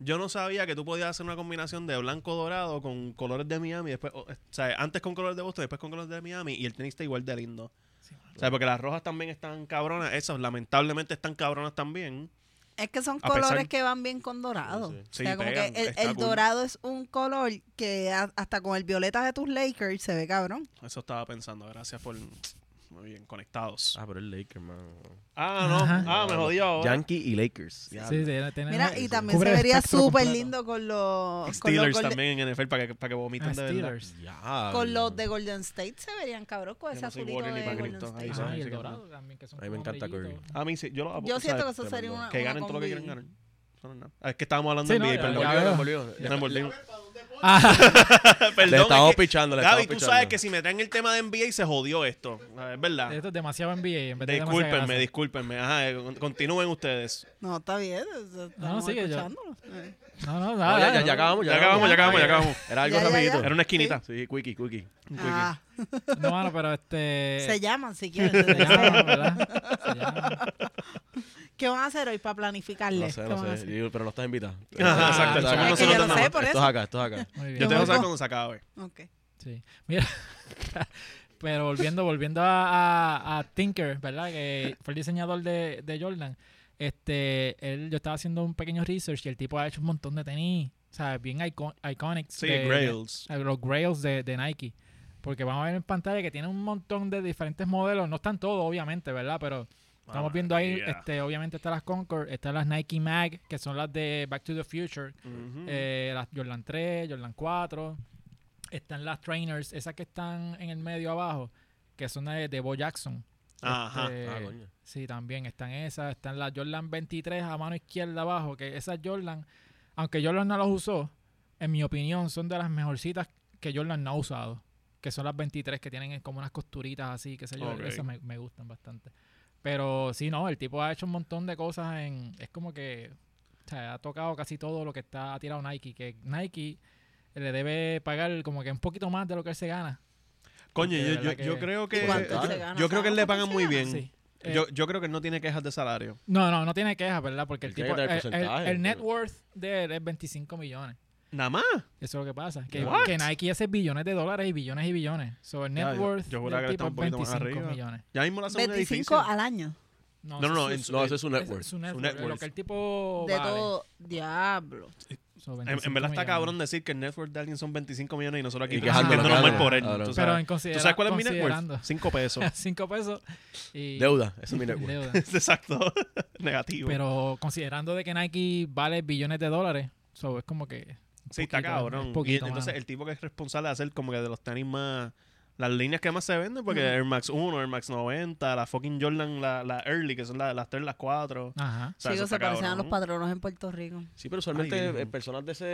S3: Yo no sabía que tú podías hacer una combinación de blanco dorado con colores de Miami. Después, o o sea, antes con colores de Boston, después con colores de Miami. Y el tenis está igual de lindo.
S1: Sí,
S3: o sea, porque las rojas también están cabronas. Esas lamentablemente están cabronas también.
S2: Es que son
S3: A pesar-
S2: colores que van bien con dorado.
S4: Sí, sí.
S2: O sea,
S3: Sí,
S2: como
S3: pegan,
S2: que el,
S3: está
S2: el
S3: cool.
S2: dorado es un color que a- hasta con el violeta de tus Lakers se ve cabrón.
S3: Eso estaba pensando. Gracias por. Muy bien, conectados.
S4: Ah, pero el Lakers, mano.
S3: Ah, no.
S1: Ajá.
S3: Ah, me jodió ahora.
S4: Yankee y Lakers.
S1: Sí,
S4: Ya.
S1: sí, tiene-
S2: Mira, y
S4: sí.
S2: también
S1: Cubre
S2: se
S1: el
S2: vería
S1: espectro
S2: súper
S1: completo.
S2: lindo con los, con los,
S3: Steelers
S2: golden-
S3: también en NFL para que, para que
S1: Ah,
S3: vomiten de verdad.
S1: Steelers.
S4: Ya,
S2: con los
S4: bro.
S2: de Golden State se verían cabrón con
S3: Yo
S2: ese
S3: no soy
S2: azulito
S3: Warrior ni
S2: de
S3: para
S2: Golden
S3: Krypton, ahí
S2: State.
S3: son.
S1: Ajá,
S3: sí
S1: y el
S3: que
S1: dorado también, que son
S4: A mí me
S1: como
S4: encanta
S1: amarillitos.
S3: A mí sí, yo lo apoyo.
S2: Yo
S3: o sea,
S2: siento que eso sería
S4: tremendo.
S2: una
S3: Que
S2: una
S3: ganen todo lo
S2: combi.
S3: que quieran ganar. Eso no es nada. Ah, Es que estábamos hablando
S1: Sí,
S3: de
S1: no,
S3: NBA,
S1: ya,
S3: perdón.
S1: ya.
S4: Volvió, volvió.
S3: Ya nos volvimos.
S1: Ah,
S3: Perdón,
S4: Le
S3: es
S4: estamos
S3: que-
S4: pichando, le
S3: Gaby,
S4: estamos
S3: tú sabes
S4: pichando.
S3: que si me traen el tema de NBA y se jodió esto. Ah, Es verdad.
S1: esto es demasiado NBA. En vez de demasiada
S3: Discúlpenme,
S1: grasa.
S3: discúlpenme. Ajá, eh, con- continúen ustedes.
S2: No, está bien. es- Estamos
S1: sigue, yo-
S2: escuchándolo. Eh.
S1: No, no,
S4: No,
S1: nada.
S4: ya, ya,
S1: no.
S4: ya acabamos, ya,
S3: Ya acabamos, ya acabamos, ya acabamos.
S4: Era algo
S2: Ya, ya,
S4: rapidito.
S2: ya.
S3: Era una esquinita.
S4: Sí, quickie, quickie.
S3: Un quickie.
S2: Ah,
S1: No, mano, pero este.
S2: se llaman si quieren.
S1: se
S2: se
S1: llama,
S2: llaman.
S1: ¿verdad? Se llama.
S2: ¿Qué van a hacer hoy para planificarle?
S4: No sé,
S2: ¿Qué
S4: no
S2: van a
S4: sé.
S2: hacer?
S4: Digo, pero no estás invitado.
S3: Ajá,
S1: exacto,
S4: Estás
S1: somos
S4: acá.
S2: nosotros Yo lo sé, nada más. por
S4: Esto
S2: eso.
S4: es acá, esto es acá.
S1: Muy bien.
S3: Yo te
S2: Yo
S3: voy a saber
S2: voy.
S3: cuando se acabe.
S2: Ok.
S1: Sí. Mira. Pero volviendo, volviendo a, a- a Tinker, ¿verdad? Que fue el diseñador de, de Jordan. Este, él, yo estaba haciendo un pequeño research y el tipo ha hecho un montón de tenis, o sea, bien icon iconics.
S3: Sí,
S1: de- de-
S3: Grails.
S1: a los grails de, de Nike. Porque vamos a ver en pantalla que tiene un montón de diferentes modelos. No están todos, obviamente, ¿verdad? Pero estamos viendo ahí,
S3: yeah.
S1: este, obviamente están las Concord, están las Nike Mag, que son las de Back to the Future,
S3: Ujú.
S1: eh, las Jordan 3, Jordan 4, están las Trainers, esas que están en el medio abajo, que son de, de Bo Jackson.
S3: Ajá.
S1: Este,
S4: Ah, coño.
S1: Sí, también están esas. Están las Jordan 23 a mano izquierda abajo, que esas Jordan, aunque Jordan no las usó, en mi opinión son de las mejorcitas que Jordan no ha usado. Que son las 23 que tienen como unas costuritas así, que sé yo.
S3: Ok.
S1: Esas me, me gustan bastante. Pero sí, no, el tipo ha hecho un montón de cosas en... Es como que... O sea, ha tocado casi todo lo que está, ha tirado Nike. Que Nike le debe pagar como que un poquito más de lo que él se gana. porque
S3: Coño,
S1: de
S3: yo, yo,
S1: verdad
S3: yo
S1: que-
S3: creo que.
S2: cuánto Ah,
S3: yo-
S2: se gana?
S3: Yo creo que él le
S2: ¿Cuánto
S3: pagan
S2: se
S3: muy
S2: gana?
S3: bien.
S1: Sí. Eh,
S3: Yo, yo creo que él no tiene quejas de salario.
S1: No, no, no tiene quejas, ¿verdad? Porque el
S4: Él
S1: tipo,
S4: tiene que tener
S1: el, el-
S4: porcentaje,
S1: el net
S4: pero-
S1: worth de él es 25 millones.
S3: Nada más.
S1: Eso es lo que pasa. Que,
S3: What?
S1: que Nike hace billones de dólares y billones y billones. So, el net
S3: Ya, yo-
S1: worth
S3: yo juraba
S1: del
S3: que él
S1: tipo es
S3: estaba un poquito más
S1: 25
S3: arriba.
S1: millones.
S3: Ya mismo la segunda
S2: 25
S3: edificio.
S2: al año.
S1: No,
S3: No, no, no,
S1: eso
S3: en
S1: es
S3: su-
S4: No, ese es su network.
S1: es su net
S3: Su
S1: worth,
S3: net
S1: es Lo
S3: worth.
S1: que el
S3: Oh,
S1: tipo
S2: De
S1: vale.
S2: todo. Diablo.
S1: So,
S3: en,
S1: 25
S3: en verdad
S1: millones.
S3: está cabrón decir que el network de alguien son 25 millones y nosotros
S4: Y
S3: aquí
S4: quejándonos,
S3: sintiéndonos mal por él.
S4: cabrón.
S3: ¿tú,
S1: Pero en
S3: sabes, ¿Tú
S1: considera-
S3: sabes cuál es mi
S1: considerando
S3: network? 5 pesos.
S1: 5 pesos y
S4: Deuda, ese es mi network.
S1: deuda.
S3: Exacto. Negativo.
S1: Pero considerando de que Nike vale billones de dólares, so, es como que... un
S3: Sí, está
S1: poquito,
S3: cabrón.
S1: un
S3: y
S1: poquito,
S3: entonces
S1: mano.
S3: el tipo que es responsable de hacer como que de los tenis más. Las líneas que más se venden, porque Air Max 1, Air Max 90, la fucking Jordan, la, la Early, que son la- las 3, las 4.
S1: Ajá.
S3: sea, eso
S2: Chicos, se
S3: está
S2: parecían a los
S3: cabrón.
S2: patronos en Puerto Rico.
S4: Sí, pero usualmente
S3: Ay, Dios.
S4: eh, personas de ese,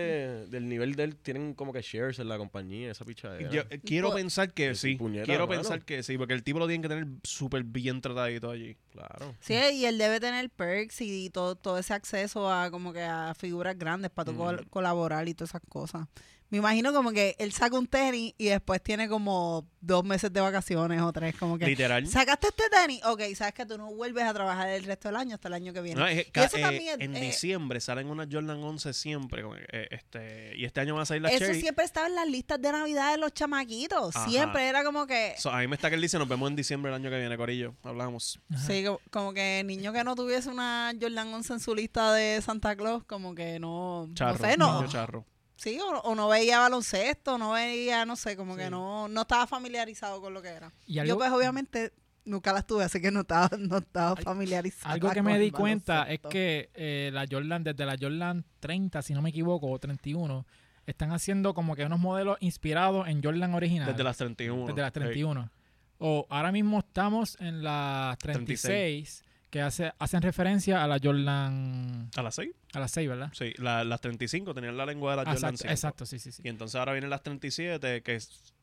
S4: del nivel de él tienen como que shares en la compañía, esa pichadera.
S3: Yo eh, quiero
S2: Pues-
S3: pensar que
S4: Pues,
S3: sí.
S4: puñeta,
S3: quiero
S4: mano.
S3: pensar que sí, porque el tipo lo tienen que tener súper bien tratadito allí.
S4: Claro.
S2: Sí, y él debe tener perks y todo, todo ese acceso a como que a figuras grandes para tú col- colaborar y todas esas cosas. Me imagino como que él saca un tenis y después tiene como dos meses de vacaciones o tres, como que
S3: Literal.
S2: sacaste este tenis, ok, sabes que tú no vuelves a trabajar el resto del año hasta el año que viene.
S3: No, es-
S2: Y eso
S3: eh,
S2: también es-
S3: en
S2: eh,
S3: diciembre salen unas Jordan 11 siempre. como que, eh, este, y este año van a salir las
S2: Eso
S3: Cherry.
S2: siempre estaba en las listas de Navidad de los chamaquitos.
S3: Ajá.
S2: Siempre era como que.
S3: So, a mí me está que él dice: Nos vemos en diciembre del año que viene, Corillo. Hablamos.
S1: Ajá.
S2: Sí, como, como que niño que no tuviese una Jordan 11 en su lista de Santa Claus, como que no.
S3: Charro.
S2: no sé, no.
S3: niño charro.
S2: Sí, o, o no veía baloncesto, no veía, no sé, como
S1: Sí.
S2: que no, no estaba familiarizado con lo que era.
S1: Y algo-
S2: Yo pues obviamente nunca las tuve, así que no estaba, no estaba
S1: Al-
S2: familiarizado.
S1: Algo que me di cuenta es que eh, la Jordan, desde la Jordan 30, si no me equivoco, o 31, están haciendo como que unos modelos inspirados en Jordan original.
S3: Desde las 31.
S1: Desde las
S3: Ey.
S1: 31. O ahora mismo estamos en las 36, que hace, hacen referencia a la Jordan,
S3: ¿A las 6?
S1: a las 6, ¿verdad?
S3: Sí, la- las 35 tenían la lengua de las Jordan
S1: Exacto,
S3: 5.
S1: exacto, sí, sí, sí.
S3: Y entonces ahora vienen las 37, que es,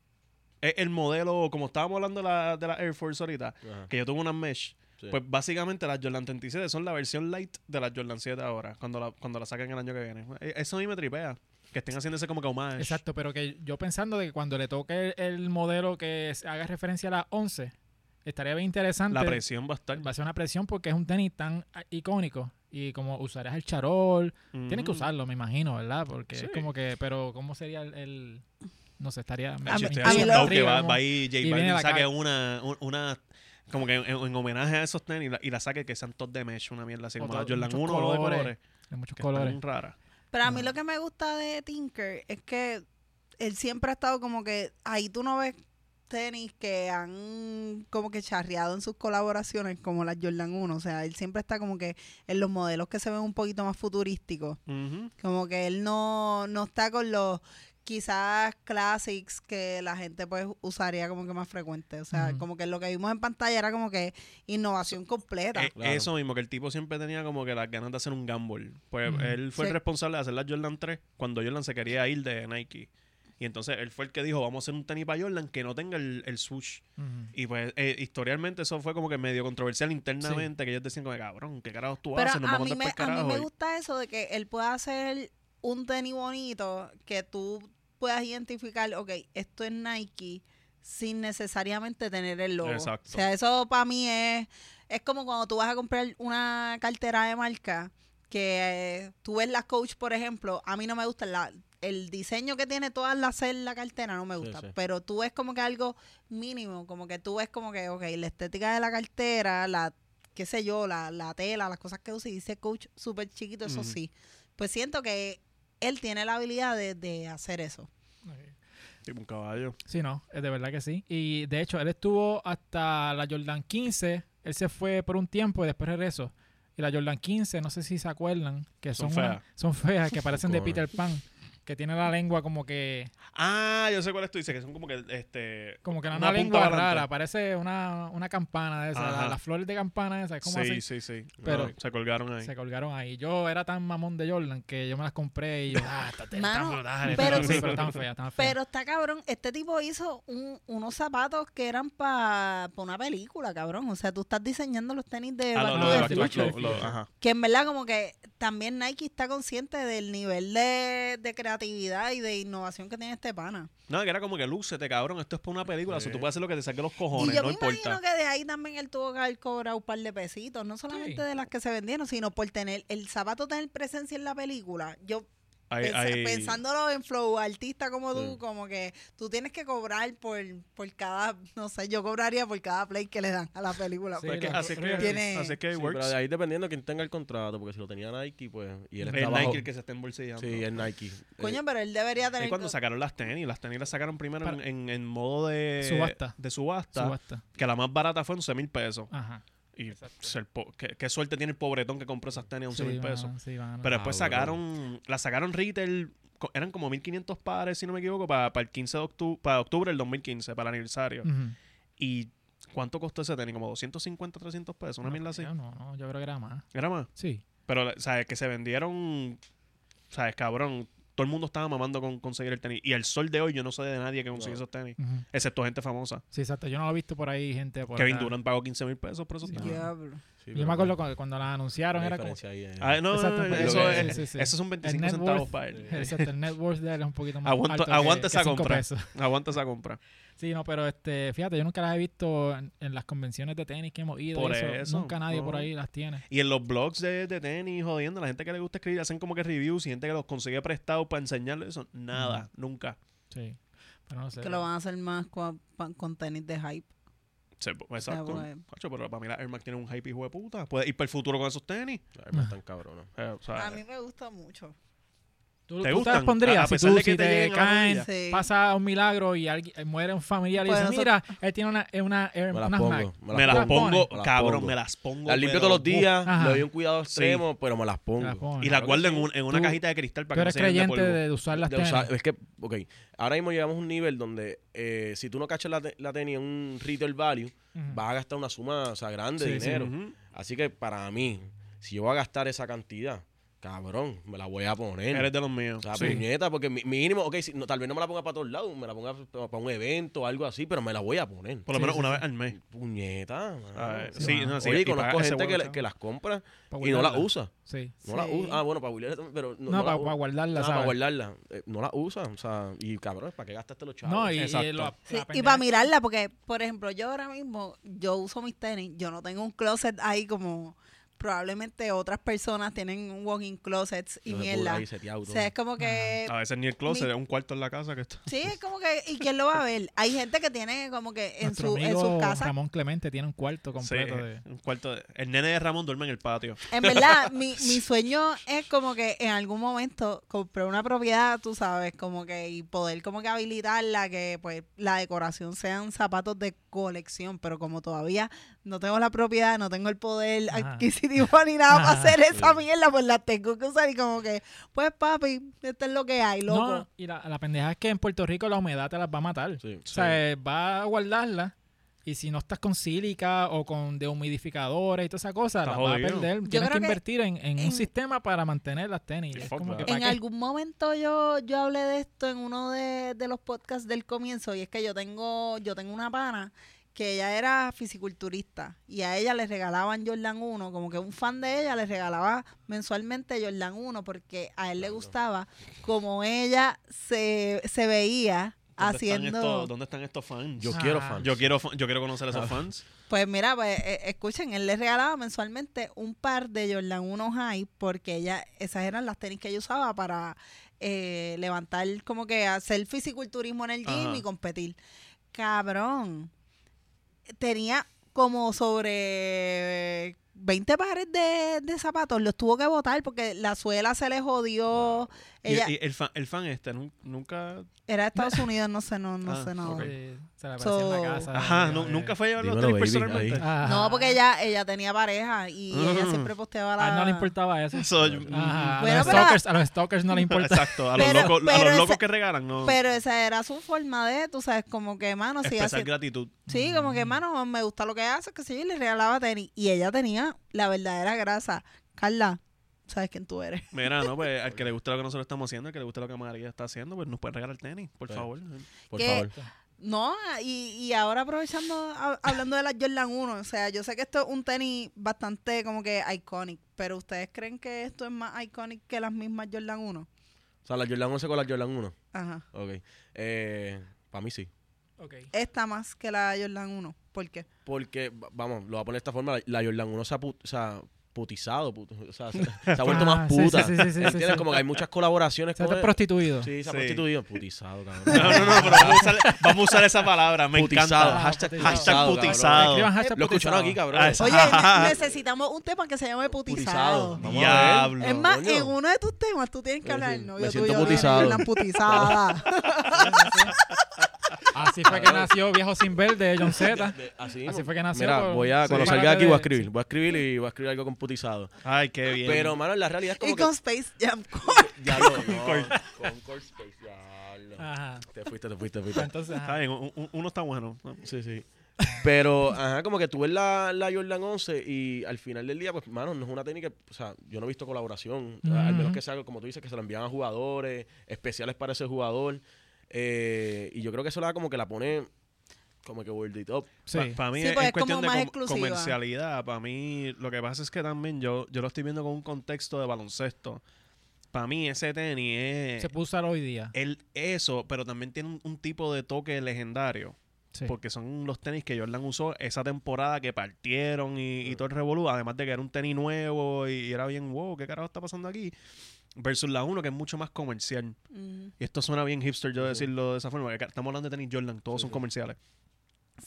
S3: es el modelo, como estábamos hablando de la, de la Air Force ahorita,
S4: Ajá,
S3: que yo tuve una mesh.
S4: sí.
S3: Pues básicamente las Jordan 37 son la versión light de las Jordan 7 ahora, cuando la, cuando la sacan el año que viene. Eh, Eso a mí me tripea, que estén haciendo ese como que homage.
S1: Exacto, pero que yo pensando de que cuando le toque el, el modelo que es- haga referencia a las 11, estaría bien interesante.
S3: La presión va a estar.
S1: va a ser una presión porque es un tenis tan ah, icónico. Y como usarás el charol, tienes que
S3: Mm.
S1: usarlo, me imagino, ¿verdad? Porque
S3: Sí.
S1: es como que, pero ¿cómo sería el...? el- no sé, estaría... me-
S3: Ah,
S1: me-
S3: yo estoy
S2: a mí lo-
S3: asustado
S1: intriga,
S3: que va,
S1: vamos.
S3: va ahí J
S1: Y viene
S3: Balvin
S1: la
S3: saque
S1: cara.
S3: una, un- una como que en, en homenaje a esos tenis y la, y la saque que sean todos de mesh, una mierda así como
S1: Otra-
S3: la Jordan
S1: muchos
S3: 1 o de
S1: colores,
S3: colores,
S1: de muchos
S3: que colores.
S1: colores.
S3: están raras.
S2: Pero a mí
S1: No.
S2: lo que me gusta de Tinker es que él siempre ha estado como que ahí tú no ves tenis que han como que charreado en sus colaboraciones como las Jordan 1, o sea, él siempre está como que en los modelos que se ven un poquito más futurísticos.
S3: Ujú.
S2: Como que él no, no está con los quizás classics que la gente pues usaría como que más frecuente. O sea,
S1: Ujú.
S2: como que lo que vimos en pantalla era como que innovación completa.
S3: Eh,
S4: Claro.
S3: Eso mismo, que el tipo siempre tenía como que las ganas de hacer un gamble. Pues
S1: Ujú.
S3: él fue
S2: Sí.
S3: el responsable de hacer la Jordan 3 cuando Jordan se quería ir de Nike. Y entonces él fue el que dijo, vamos a hacer un tenis para Jordan que no tenga el, el swoosh.
S1: Ujú.
S3: Y pues eh, historialmente eso fue como que medio controversial internamente, que ellos decían como, cabrón, ¿qué carajos tú
S2: Pero
S3: haces? Nos
S2: a
S3: vamos
S2: mí,
S3: a
S2: me,
S3: andar pa'l
S2: a mí me
S3: carajo. Y-
S2: gusta eso de que él pueda hacer un tenis bonito que tú puedas identificar, ok, esto es Nike sin necesariamente tener el logo.
S3: Exacto.
S2: O sea, eso para mí es, es como cuando tú vas a comprar una cartera de marca que eh, tú ves la Coach, por ejemplo, a mí no me gusta la, el diseño que tiene todas las en la cartera no me
S4: Sí,
S2: gusta,
S4: sí.
S2: pero tú ves como que algo mínimo, como que tú ves como que, ok, la estética de la cartera, la qué sé yo, la, la tela, las cosas que usa y dice coach súper chiquito, eso
S3: Ujú.
S2: sí. Pues siento que él tiene la habilidad de, de hacer eso.
S1: Ok.
S3: Tipo un caballo.
S1: Sí, no, es de verdad que sí. Y de hecho, él estuvo hasta la Jordan 15. Él se fue por un tiempo y después regresó. Y la Jordan 15, no sé si se acuerdan, que son,
S3: Son
S1: una-
S3: feas.
S1: son feas, que parecen de
S4: Cojones.
S1: Peter Pan, que tiene la lengua como que
S3: Ah, yo sé cuál es tú dices, que son como que este...
S1: como que una,
S3: Una punta
S1: lengua
S3: para adelante.
S1: rara, parece una, una campana de esas, la-
S3: Ajá.
S1: las flores de campana esas, es como
S3: Sí,
S1: así.
S3: sí, sí.
S1: Pero-
S3: Ay, se colgaron ahí.
S1: Se colgaron ahí. Yo era tan mamón de Jordan que yo me las compré y yo, ah, estas tenis están
S2: Mano,
S1: brutales,
S2: pero-
S1: sí, pero están feas, están feas.
S2: Pero está cabrón, este tipo hizo un- unos zapatos que eran para una película, cabrón. O sea, tú estás diseñando los tenis de
S3: Ah,
S2: Back
S3: lo-
S2: to
S3: lo
S2: the
S3: de
S1: Back to
S2: Future.
S3: Back-
S1: Future.
S3: lo- lo- ajá.
S2: Que en verdad como que también Nike está consciente del nivel de, de creatividad y de innovación que tiene este pana.
S3: No, que era como que lúcete, cabrón, esto es para una película,
S4: Sí.
S3: o sea, tú puedes hacer lo que te saque los
S2: Y
S3: cojones,
S2: yo
S3: no
S2: me
S3: importa.
S2: imagino que de ahí también él tuvo que haber cobrado un par de pesitos, no solamente
S1: Sí.
S2: de las que se vendieron, sino por tener el zapato, tener presencia en la película. Yo
S3: Hay-
S2: pensé-
S3: hay-
S2: pensándolo en flow artista como tú,
S4: Sí.
S2: como que tú tienes que cobrar por, por cada, no sé, yo cobraría por cada play que le dan a la película.
S1: Sí,
S3: Pues que
S1: la-
S3: así es que,
S2: tiene-
S3: así es que
S4: Sí, pero
S3: works.
S4: de ahí dependiendo de quién tenga el contrato, porque si lo tenía Nike, pues. Y él
S3: el
S4: estaba
S3: Nike
S4: bajo-
S3: el que se está embolsillando.
S4: Sí, el Nike. Eh,
S2: Coño, pero él debería
S3: es
S2: tener...
S3: cuando
S2: co-
S3: sacaron las tenis. Las tenis las sacaron primero en,
S1: Para-
S3: en- en modo de
S1: Subasta.
S3: de subasta,
S1: Subasta.
S3: Que la más barata fue 11 mil pesos.
S1: Ajá.
S3: Y
S1: Exacto.
S3: pues, el po- qué, qué suerte tiene el pobretón que compró esas tenis a 11
S1: Sí,
S3: mil
S1: mano,
S3: pesos.
S1: sí, mano.
S3: Pero después
S4: Ah, bro.
S3: sacaron, la sacaron retail, co- eran como 1500 pares, si no me equivoco, para, el 15 de octubre, para octubre del 2015, para el aniversario.
S1: Ujú.
S3: ¿Y cuánto costó ese tenis? Como 250, 300 pesos, una
S1: No
S3: mierda así.
S1: creo, No, no, yo creo que era más.
S3: Era más.
S1: Sí.
S3: Pero, ¿sabes? Que se vendieron, ¿sabes? Cabrón. Todo el mundo estaba mamando con conseguir el tenis. Y el sol de hoy, yo no sé de nadie que consiguió
S4: Claro.
S3: esos tenis.
S1: Ujú.
S3: Excepto gente famosa.
S1: Sí, exacto. Yo no lo he visto por ahí, gente. Por
S3: Kevin
S1: acá.
S3: Durant pagó 15 mil pesos por esos
S1: Sí.
S3: tenis.
S2: Diablo.
S1: Yo me acuerdo cuando, cuando la anunciaron, era como.
S3: Ah, no, no,
S1: Exacto,
S3: no,
S1: pero-
S3: eso,
S4: Sí,
S3: es,
S1: sí, sí.
S3: esos son
S1: net
S3: 25
S1: worth.
S3: centavos para él.
S1: Exacto, el net worth de él es un poquito más
S3: Aguanta-
S1: alto que-
S3: aguanta
S1: que
S3: esa
S1: cinco
S3: compra.
S1: pesos.
S3: Aguanta esa compra.
S1: Sí, no, pero este, fíjate, yo nunca las he visto en, en las convenciones de tenis que hemos ido. y
S3: Por
S1: eso.
S3: eso,
S1: Nunca nadie por
S3: no.
S1: ahí las tiene.
S3: Y en los blogs de, de tenis, jodiendo, la gente que le gusta escribir, hacen como que reviews y gente que los consigue prestados para enseñarles eso. Nada, nunca.
S1: Sí. Pero no sé.
S2: Que lo van a hacer más con, con tenis de hype.
S3: Se- exacto.
S2: pues.
S3: Macho, pero para mí la Air Max tiene un hype hijo de puta. Puede ir para el futuro con esos tenis.
S4: tan cabrón.
S3: Eh, o sea,
S2: A mí me gusta mucho.
S1: ¿Tú,
S3: ¿Te
S1: tú
S3: gustan?
S1: las pondrías?
S3: A- a
S1: si
S3: pesar
S1: tú,
S3: de que
S1: si
S3: te
S1: te,
S3: lleguen a la
S1: caen,
S3: rodilla.
S2: Sí.
S1: pasa un milagro y alguien, eh, muere un familiar y
S2: Pues
S1: dice, mira,
S2: nosotros-
S1: él tiene una, eh, una, eh,
S4: Me las
S1: unas Mac.
S4: pongo.
S3: me las pongo,
S4: Me las
S3: cabrón,
S4: pongo.
S3: me las pongo.
S4: Las
S3: pero-
S4: limpio todos los días,
S1: Ajá.
S4: le doy un cuidado extremo, pero me las
S1: Te las
S4: pongo.
S1: pones.
S3: Y la
S4: Claro que
S3: guardo en,
S4: sí.
S3: un- en una
S1: Tú-
S3: cajita de cristal
S1: Tú
S3: para que no
S1: eres
S3: se llenen de
S1: creyente
S3: polvo.
S1: de, usar las
S4: De
S1: tenis.
S4: usar- es que, ok, ahora mismo llegamos a un nivel donde eh, si tú no cachas la, te- la tenis en un retail value,
S1: Ujú.
S4: vas a gastar una suma o sea, grande
S1: Sí,
S4: de
S1: sí.
S4: dinero.
S3: Ujú.
S4: Así que para mí, si yo voy a gastar esa cantidad, cabrón, me la voy a poner.
S3: Eres de los míos.
S4: O sea,
S3: Sí.
S4: puñeta, porque mi- mínimo, ok, si- no, tal vez no me la ponga para todos lados, me la ponga para un evento o algo así, pero me la voy a poner.
S3: Por lo
S1: Sí,
S3: menos
S1: sí,
S3: una
S1: sí.
S3: vez al mes.
S4: Puñeta.
S3: Ah,
S4: mano.
S1: sí,
S3: sí,
S1: mano.
S3: no, sí,
S4: Oye,
S3: y
S4: conozco
S3: pagas ese
S4: gente que,
S3: huevo,
S4: la- que las compra
S1: Pa'
S4: y no las
S1: guardarlas.
S4: usa.
S1: Sí.
S4: No las
S2: Sí.
S4: usa. Ah, bueno, para huilear, pero no,
S1: No,
S4: no
S1: para,
S4: las usa.
S1: guardarlas,
S4: Ah,
S1: ¿sabes?
S4: para guardarla. Eh, no la usa, o sea, y cabrón, ¿para qué gastaste los chavos?
S1: No, y, y
S3: Exacto.
S1: lo- la
S2: Sí, y
S1: pendeja-
S2: para mirarla, porque, por ejemplo, yo ahora mismo, yo uso mis tenis, yo no tengo un closet ahí como probablemente otras personas tienen un walking closets y
S4: Yo me pude
S2: mierda.
S4: ahí seteado,
S2: O
S4: todo.
S2: sea, es como que...
S3: A veces ni el closet,
S2: Mi-
S3: es un cuarto en la casa que está.
S2: Sí, es como que... ¿Y quién lo va a ver? Hay gente que tiene como que en,
S1: Nuestro
S2: su, en
S1: amigo
S2: sus casas...
S1: Ramón Clemente tiene un cuarto completo
S3: Sí,
S1: de...
S3: un cuarto de- El nene de Ramón duerme en el patio.
S2: En verdad, mi, mi sueño es como que en algún momento comprar una propiedad, tú sabes, como que y poder como que habilitarla, que pues la decoración sean zapatos de colección, pero como todavía no tengo la propiedad, no tengo el poder
S1: Ajá.
S2: adquisitivo ni nada para
S1: Ajá,
S2: hacer esa
S4: sí.
S2: mierda, pues la tengo que usar y como que, pues papi, esto es lo que hay, loco.
S1: No, y la, la pendeja es que en Puerto Rico la humedad te las va a matar.
S4: Sí.
S1: O sea, eh, va a guardarla y si no estás con sílica o con dehumidificadores y toda esa cosa,
S3: Está
S1: la vas a
S3: jodido.
S1: perder.
S2: Yo
S1: Tienes que
S2: creo que
S1: invertir en, en
S2: en-
S1: un sistema para mantener las tenis.
S4: Sí,
S1: Es
S4: fuck
S1: como que
S4: that.
S1: ¿para
S2: En
S1: qué?
S2: algún momento yo, yo hablé de esto en uno de, de los podcasts del comienzo y es que yo tengo, yo tengo una pana que ella era fisiculturista y a ella le regalaban Jordan 1, como que un fan de ella le regalaba mensualmente Jordan 1 porque a él le
S4: Claro.
S2: gustaba como ella se, se veía
S3: ¿Dónde
S2: haciendo...
S3: Están estos, ¿Dónde están estos fans?
S4: Yo
S1: Ah.
S4: quiero fans.
S3: Yo quiero, fa- yo quiero conocer a esos fans.
S2: Pues mira, pues, eh, escuchen, él le regalaba mensualmente un par de Jordan 1 High porque ella, esas eran las tenis que ella usaba para eh, levantar, como que hacer fisiculturismo en el gym
S3: Ajá.
S2: y competir. Cabrón, tenía como sobre eh, 20 pares de, de zapatos, los tuvo que botar porque la suela se le jodió.
S3: Y-
S2: Ella
S3: Y, el, fan, el fan este nun- nunca.
S2: era de Estados Unidos, no sé, no, no
S3: Ah,
S2: sé, no.
S3: ok.
S1: Sí, se la aparecía en
S2: So-
S1: la casa.
S3: Ajá,
S1: digamos
S3: nu-
S1: que-
S3: nunca fue a llevar los
S4: Dímelo,
S3: tenis
S4: baby,
S3: personalmente.
S1: Ajá.
S2: No, porque ella, ella tenía pareja y ella
S3: Mm.
S2: siempre posteaba
S1: A
S2: la...
S1: él Ah. no le importaba eso.
S3: Eso, yo-
S1: Ah. Ajá,
S2: Bueno,
S1: a, los
S2: pero-
S1: stalkers, a los stalkers no les importa.
S3: Exacto, a los,
S2: Pero-
S3: locos, a
S2: pero
S3: los locos
S2: esa-
S3: que regalan, no.
S2: Pero esa era su forma de, tú sabes, como que, mano, sí,
S3: expresar
S2: así-
S3: gratitud.
S2: sí, como que, mano, me gusta lo que hace, que sí, y le regalaba tenis. Y ella tenía la verdadera grasa. Carla, sabes quién tú eres.
S3: Mira, no, pues al que le guste lo que nosotros estamos haciendo, al que le guste lo que María está haciendo, pues nos pueden regalar tenis, por
S4: Sí.
S3: favor.
S4: Por
S2: que-
S4: favor.
S2: No, y, y ahora aprovechando, ha- hablando de la Jordan 1, o sea, yo sé que esto es un tenis bastante como que iconic, pero ¿ustedes creen que esto es más iconic que las mismas Jordan 1?
S4: O sea, la Jordan 11 con la Jordan 1.
S2: Ajá.
S4: Ok. Eh, para mí sí.
S1: Ok.
S2: Esta más que la Jordan 1. ¿Por qué?
S4: Porque, va- vamos, lo voy a poner de esta forma, la, la Jordan 1 se ha, pu- se ha putizado, put- o sea, se, se ha vuelto
S1: Ah,
S4: más
S1: sí,
S4: puta.
S1: sí, sí, sí, sí,
S4: ¿Entiendes?
S1: sí.
S4: Como que hay muchas colaboraciones
S1: Se ha
S4: con él.
S1: prostituido.
S4: Sí, se ha
S3: Sí.
S4: prostituido. Putizado, cabrón.
S3: No, no, no, pero vamos a usar, vamos a usar esa palabra, me
S4: Putizado,
S3: encanta.
S4: Hashtag,
S1: Hashtag
S4: putizado,
S3: putizado.
S4: cabrón.
S1: Escriban hashtag
S4: Lo escucharon
S1: putizado.
S4: aquí, cabrón.
S3: Ah, esa-
S2: Oye,
S3: Ajá.
S2: ne- necesitamos un tema que se llame putizado.
S4: Vamos a ver.
S3: Diablo.
S2: Es más,
S4: coño.
S2: en uno de tus temas tú tienes que
S4: Sí,
S2: hablar
S4: sí.
S2: del
S4: Me
S2: novio
S4: siento
S2: tuyo,
S4: putizado.
S2: de Jordan putizada.
S1: Así fue que nació Viejo Sin Verde, John Z.
S4: De-
S1: Así
S4: mismo.
S1: fue que nació.
S4: Mira,
S1: pues,
S4: voy a,
S1: sí.
S4: cuando
S1: Parte
S4: salga de aquí voy a
S1: de-
S4: escribir, voy a escribir y voy a escribir algo con putizado.
S3: Ay, qué bien.
S4: Pero, mano, en la realidad es como
S2: y
S4: que...
S2: con Space Jam.
S4: Ya lo, no, con Core Space, ya lo.
S2: Ah,
S1: Ajá.
S4: Te fuiste, te fuiste, te fuiste.
S1: Entonces, ajá.
S3: Está bien, un- un- uno está bueno.
S4: Sí, sí. Pero, ajá, como que tú ves la, la Jordan 11 y al final del día, pues, mano, no es una técnica, o sea, yo no he visto colaboración, O sea, al menos
S1: Ujú.
S4: que sea, algo, como tú dices, que se la envían a jugadores, especiales para ese jugador. eh, y yo creo que eso la como que la pone como que world the top.
S1: Sí.
S3: Para mí
S2: Sí,
S3: es,
S2: pues,
S3: es
S2: es como
S3: cuestión de
S2: más
S3: com-
S2: exclusiva.
S3: comercialidad. Para mí, lo que pasa es que también yo, yo lo estoy viendo con un contexto de baloncesto. Para mí, ese tenis es.
S1: Se puede usar hoy día.
S3: el- eso, pero también tiene un, un tipo de toque legendario.
S1: Sí.
S3: Porque son los tenis que Jordan usó esa temporada que partieron y, y todo el revolú. Además de que era un tenis nuevo y, y era bien, wow, ¿qué carajo está pasando aquí? Versus la 1, que es mucho más comercial.
S2: Sí,
S3: Y esto suena bien hipster yo
S4: Sí.
S3: decirlo de esa forma. porque Estamos hablando de tenis Jordan, todos
S4: Sí,
S3: son
S4: sí.
S3: comerciales.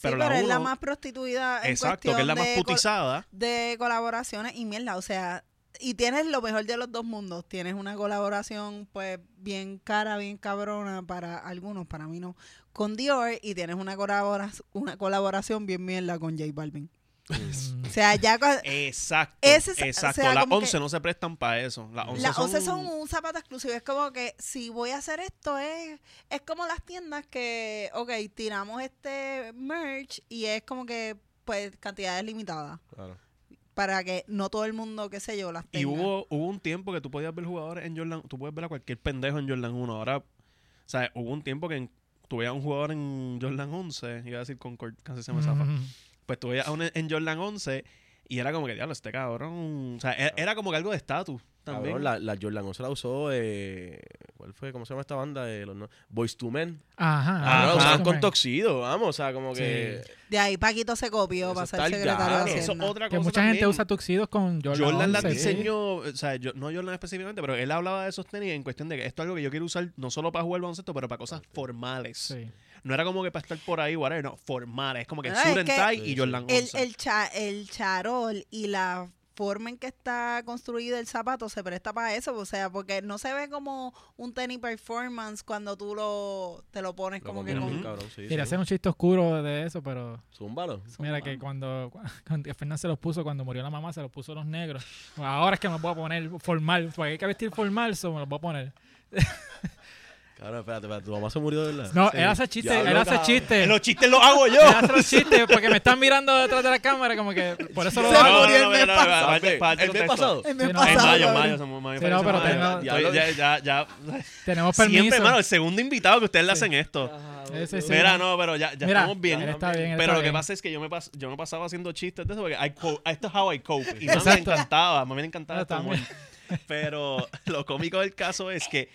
S2: pero,
S3: Pero la
S2: es la
S3: uno-
S2: más prostituida en
S3: Exacto,
S2: cuestión
S3: que es la más
S2: de, col-
S3: putizada.
S2: de colaboraciones y mierda. O sea, y tienes lo mejor de los dos mundos. Tienes una colaboración, pues, bien cara, bien cabrona para algunos, para mí no, con Dior. Y tienes una, colabora una colaboración bien mierda con J Balvin.
S4: Pues,
S1: Mm.
S2: O sea, ya... con-
S3: Exacto.
S2: Ese es- o
S3: exacto.
S2: sea,
S3: las
S2: como que-
S3: 11 no se prestan para eso. Las 11
S2: Las
S3: son,
S2: 11 son un zapato exclusivo. Es como que si voy a hacer esto, es, es como las tiendas que, ok, tiramos este merch y es como que, pues, cantidades limitadas.
S4: Claro.
S2: Para que no todo el mundo, qué sé yo, las tenga.
S3: Y hubo, hubo un tiempo que tú podías ver jugadores en Jordan. Tú puedes ver a cualquier pendejo en Jordan 1. Ahora, o sea, hubo un tiempo que en- tú veías a un jugador en Jordan 11. Iba a decir Concord, casi se me zafa.
S1: Mm.
S3: Pues tú veías a un en Jordan 11 y era como que, diablo, este cabrón. O sea, era, era como que algo de estatus también.
S4: Cabrón, la, la Jordan 11 la usó, eh, ¿cuál fue? ¿Cómo se llama esta banda? de los, no- Boys to Men.
S1: Ajá.
S3: Ah,
S4: Ah,
S1: ajá.
S4: la usaron
S1: Superman.
S4: con Toxido, vamos, o sea, como que...
S2: De ahí Paquito se copió
S4: Eso
S2: para
S4: está
S2: ser
S4: al
S2: secretario
S4: garete.
S2: de
S3: Eso
S2: Hacienda.
S3: otra
S1: Que
S3: cosa
S1: mucha gente
S3: también.
S1: usa tuxidos con Jordan.
S3: Jordan las
S1: 11, sí.
S3: diseñó, o sea, yo- no Jordan específicamente, pero él hablaba de esos tenis en cuestión de que esto es algo que yo quiero usar no solo para jugar baloncesto, pero para cosas formales.
S1: Sí.
S3: No era como que para estar por ahí, whatever, no, formales. Es como que
S2: No,
S3: el
S2: es
S3: sur en
S2: que
S3: tie
S4: Sí,
S3: y
S4: sí.
S3: Jordan
S2: el,
S3: 11.
S2: el, cha- el charol y la forma en que está construido el zapato se presta para eso, o sea, porque no se ve como un tenis performance cuando tú lo te lo pones
S4: Lo
S2: como que
S4: combinas
S2: con-
S4: bien, cabrón, sí,
S1: Mira,
S4: sí.
S1: hacer un chiste oscuro de eso, pero
S4: Zúmbalo.
S1: mira que cuando, cuando Fernández se los puso, cuando murió la mamá, se los puso los negros. Ahora es que me los voy a poner formal, porque hay que vestir formal, so me los voy a poner.
S4: Cabrón, espérate, espérate. Tu mamá se murió de verdad.
S1: No,
S4: Sí.
S1: él hace chistes,
S4: Diablo,
S1: él hace
S4: cabrón.
S1: chistes.
S3: Los chistes los hago yo.
S1: Él hace los chistes porque me están mirando detrás de la cámara, como que por eso lo
S2: Se
S1: hago.
S2: murió el mes
S4: Ah,
S3: parte-
S4: ¿El
S3: parte
S4: el mes
S3: contexto.
S4: pasado?
S2: El mes
S1: Sí, no,
S3: En
S2: pasado,
S3: mayo,
S2: cabrón.
S3: mayo, somos mayo.
S1: Sí, no, pero
S3: parece
S1: tengo-
S3: mayo. Estoy- Ya, ya, ya.
S1: Tenemos permiso.
S3: Siempre, hermano, el segundo invitado que ustedes le hacen esto.
S1: Sí, sí, sí.
S3: Mira, no, pero ya, ya
S1: Mira,
S3: estamos bien.
S1: él está bien, él
S3: pero
S1: está
S3: lo que
S1: bien.
S3: pasa es que yo me, pas- yo me pasaba haciendo chistes de eso porque I co- esto es how I cope. Y más me
S1: Exacto.
S3: encantaba, más me encantaba.
S1: Ah,
S3: este
S1: también.
S3: humor. Pero lo cómico del caso es que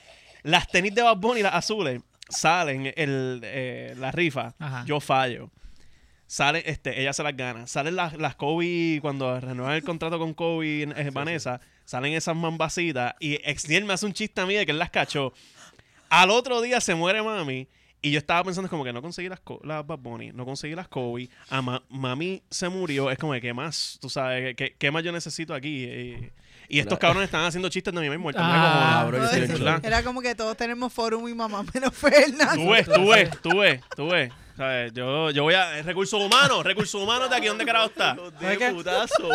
S3: las tenis de Bad Bunny, las azules, salen el, eh, la rifa.
S1: Ajá.
S3: Yo fallo. Sale, este, ella se las gana. Salen las, las Kobe, cuando renuevan el contrato con Kobe, en- eh, Vanessa, salen esas mambacitas. Y Exniel me hace un chiste a mí de que él las cachó. Al otro día se muere mami. Y yo estaba pensando, es como que no conseguí las, co- las Bad Bunny, no conseguí las Kobe. A ma- mami se murió. Es como que, ¿qué más? Tú sabes, ¿qué, qué más yo necesito aquí? Eh, Y, estos
S4: Claro.
S3: cabrones están haciendo chistes de mi mismo.
S1: Ah,
S4: bro, yo estoy bien
S3: ¿Verdad?
S4: chulo.
S2: Era como que todos tenemos forum y mamá menos Fernández.
S3: Tú ves, tú ves, tú ves, tú ves. ¿Sabes? Yo, yo voy a. eh, Recursos humanos, recursos humanos de aquí, ¿dónde carajo está?
S4: Los
S1: ¿Sabes qué?
S4: de putazo.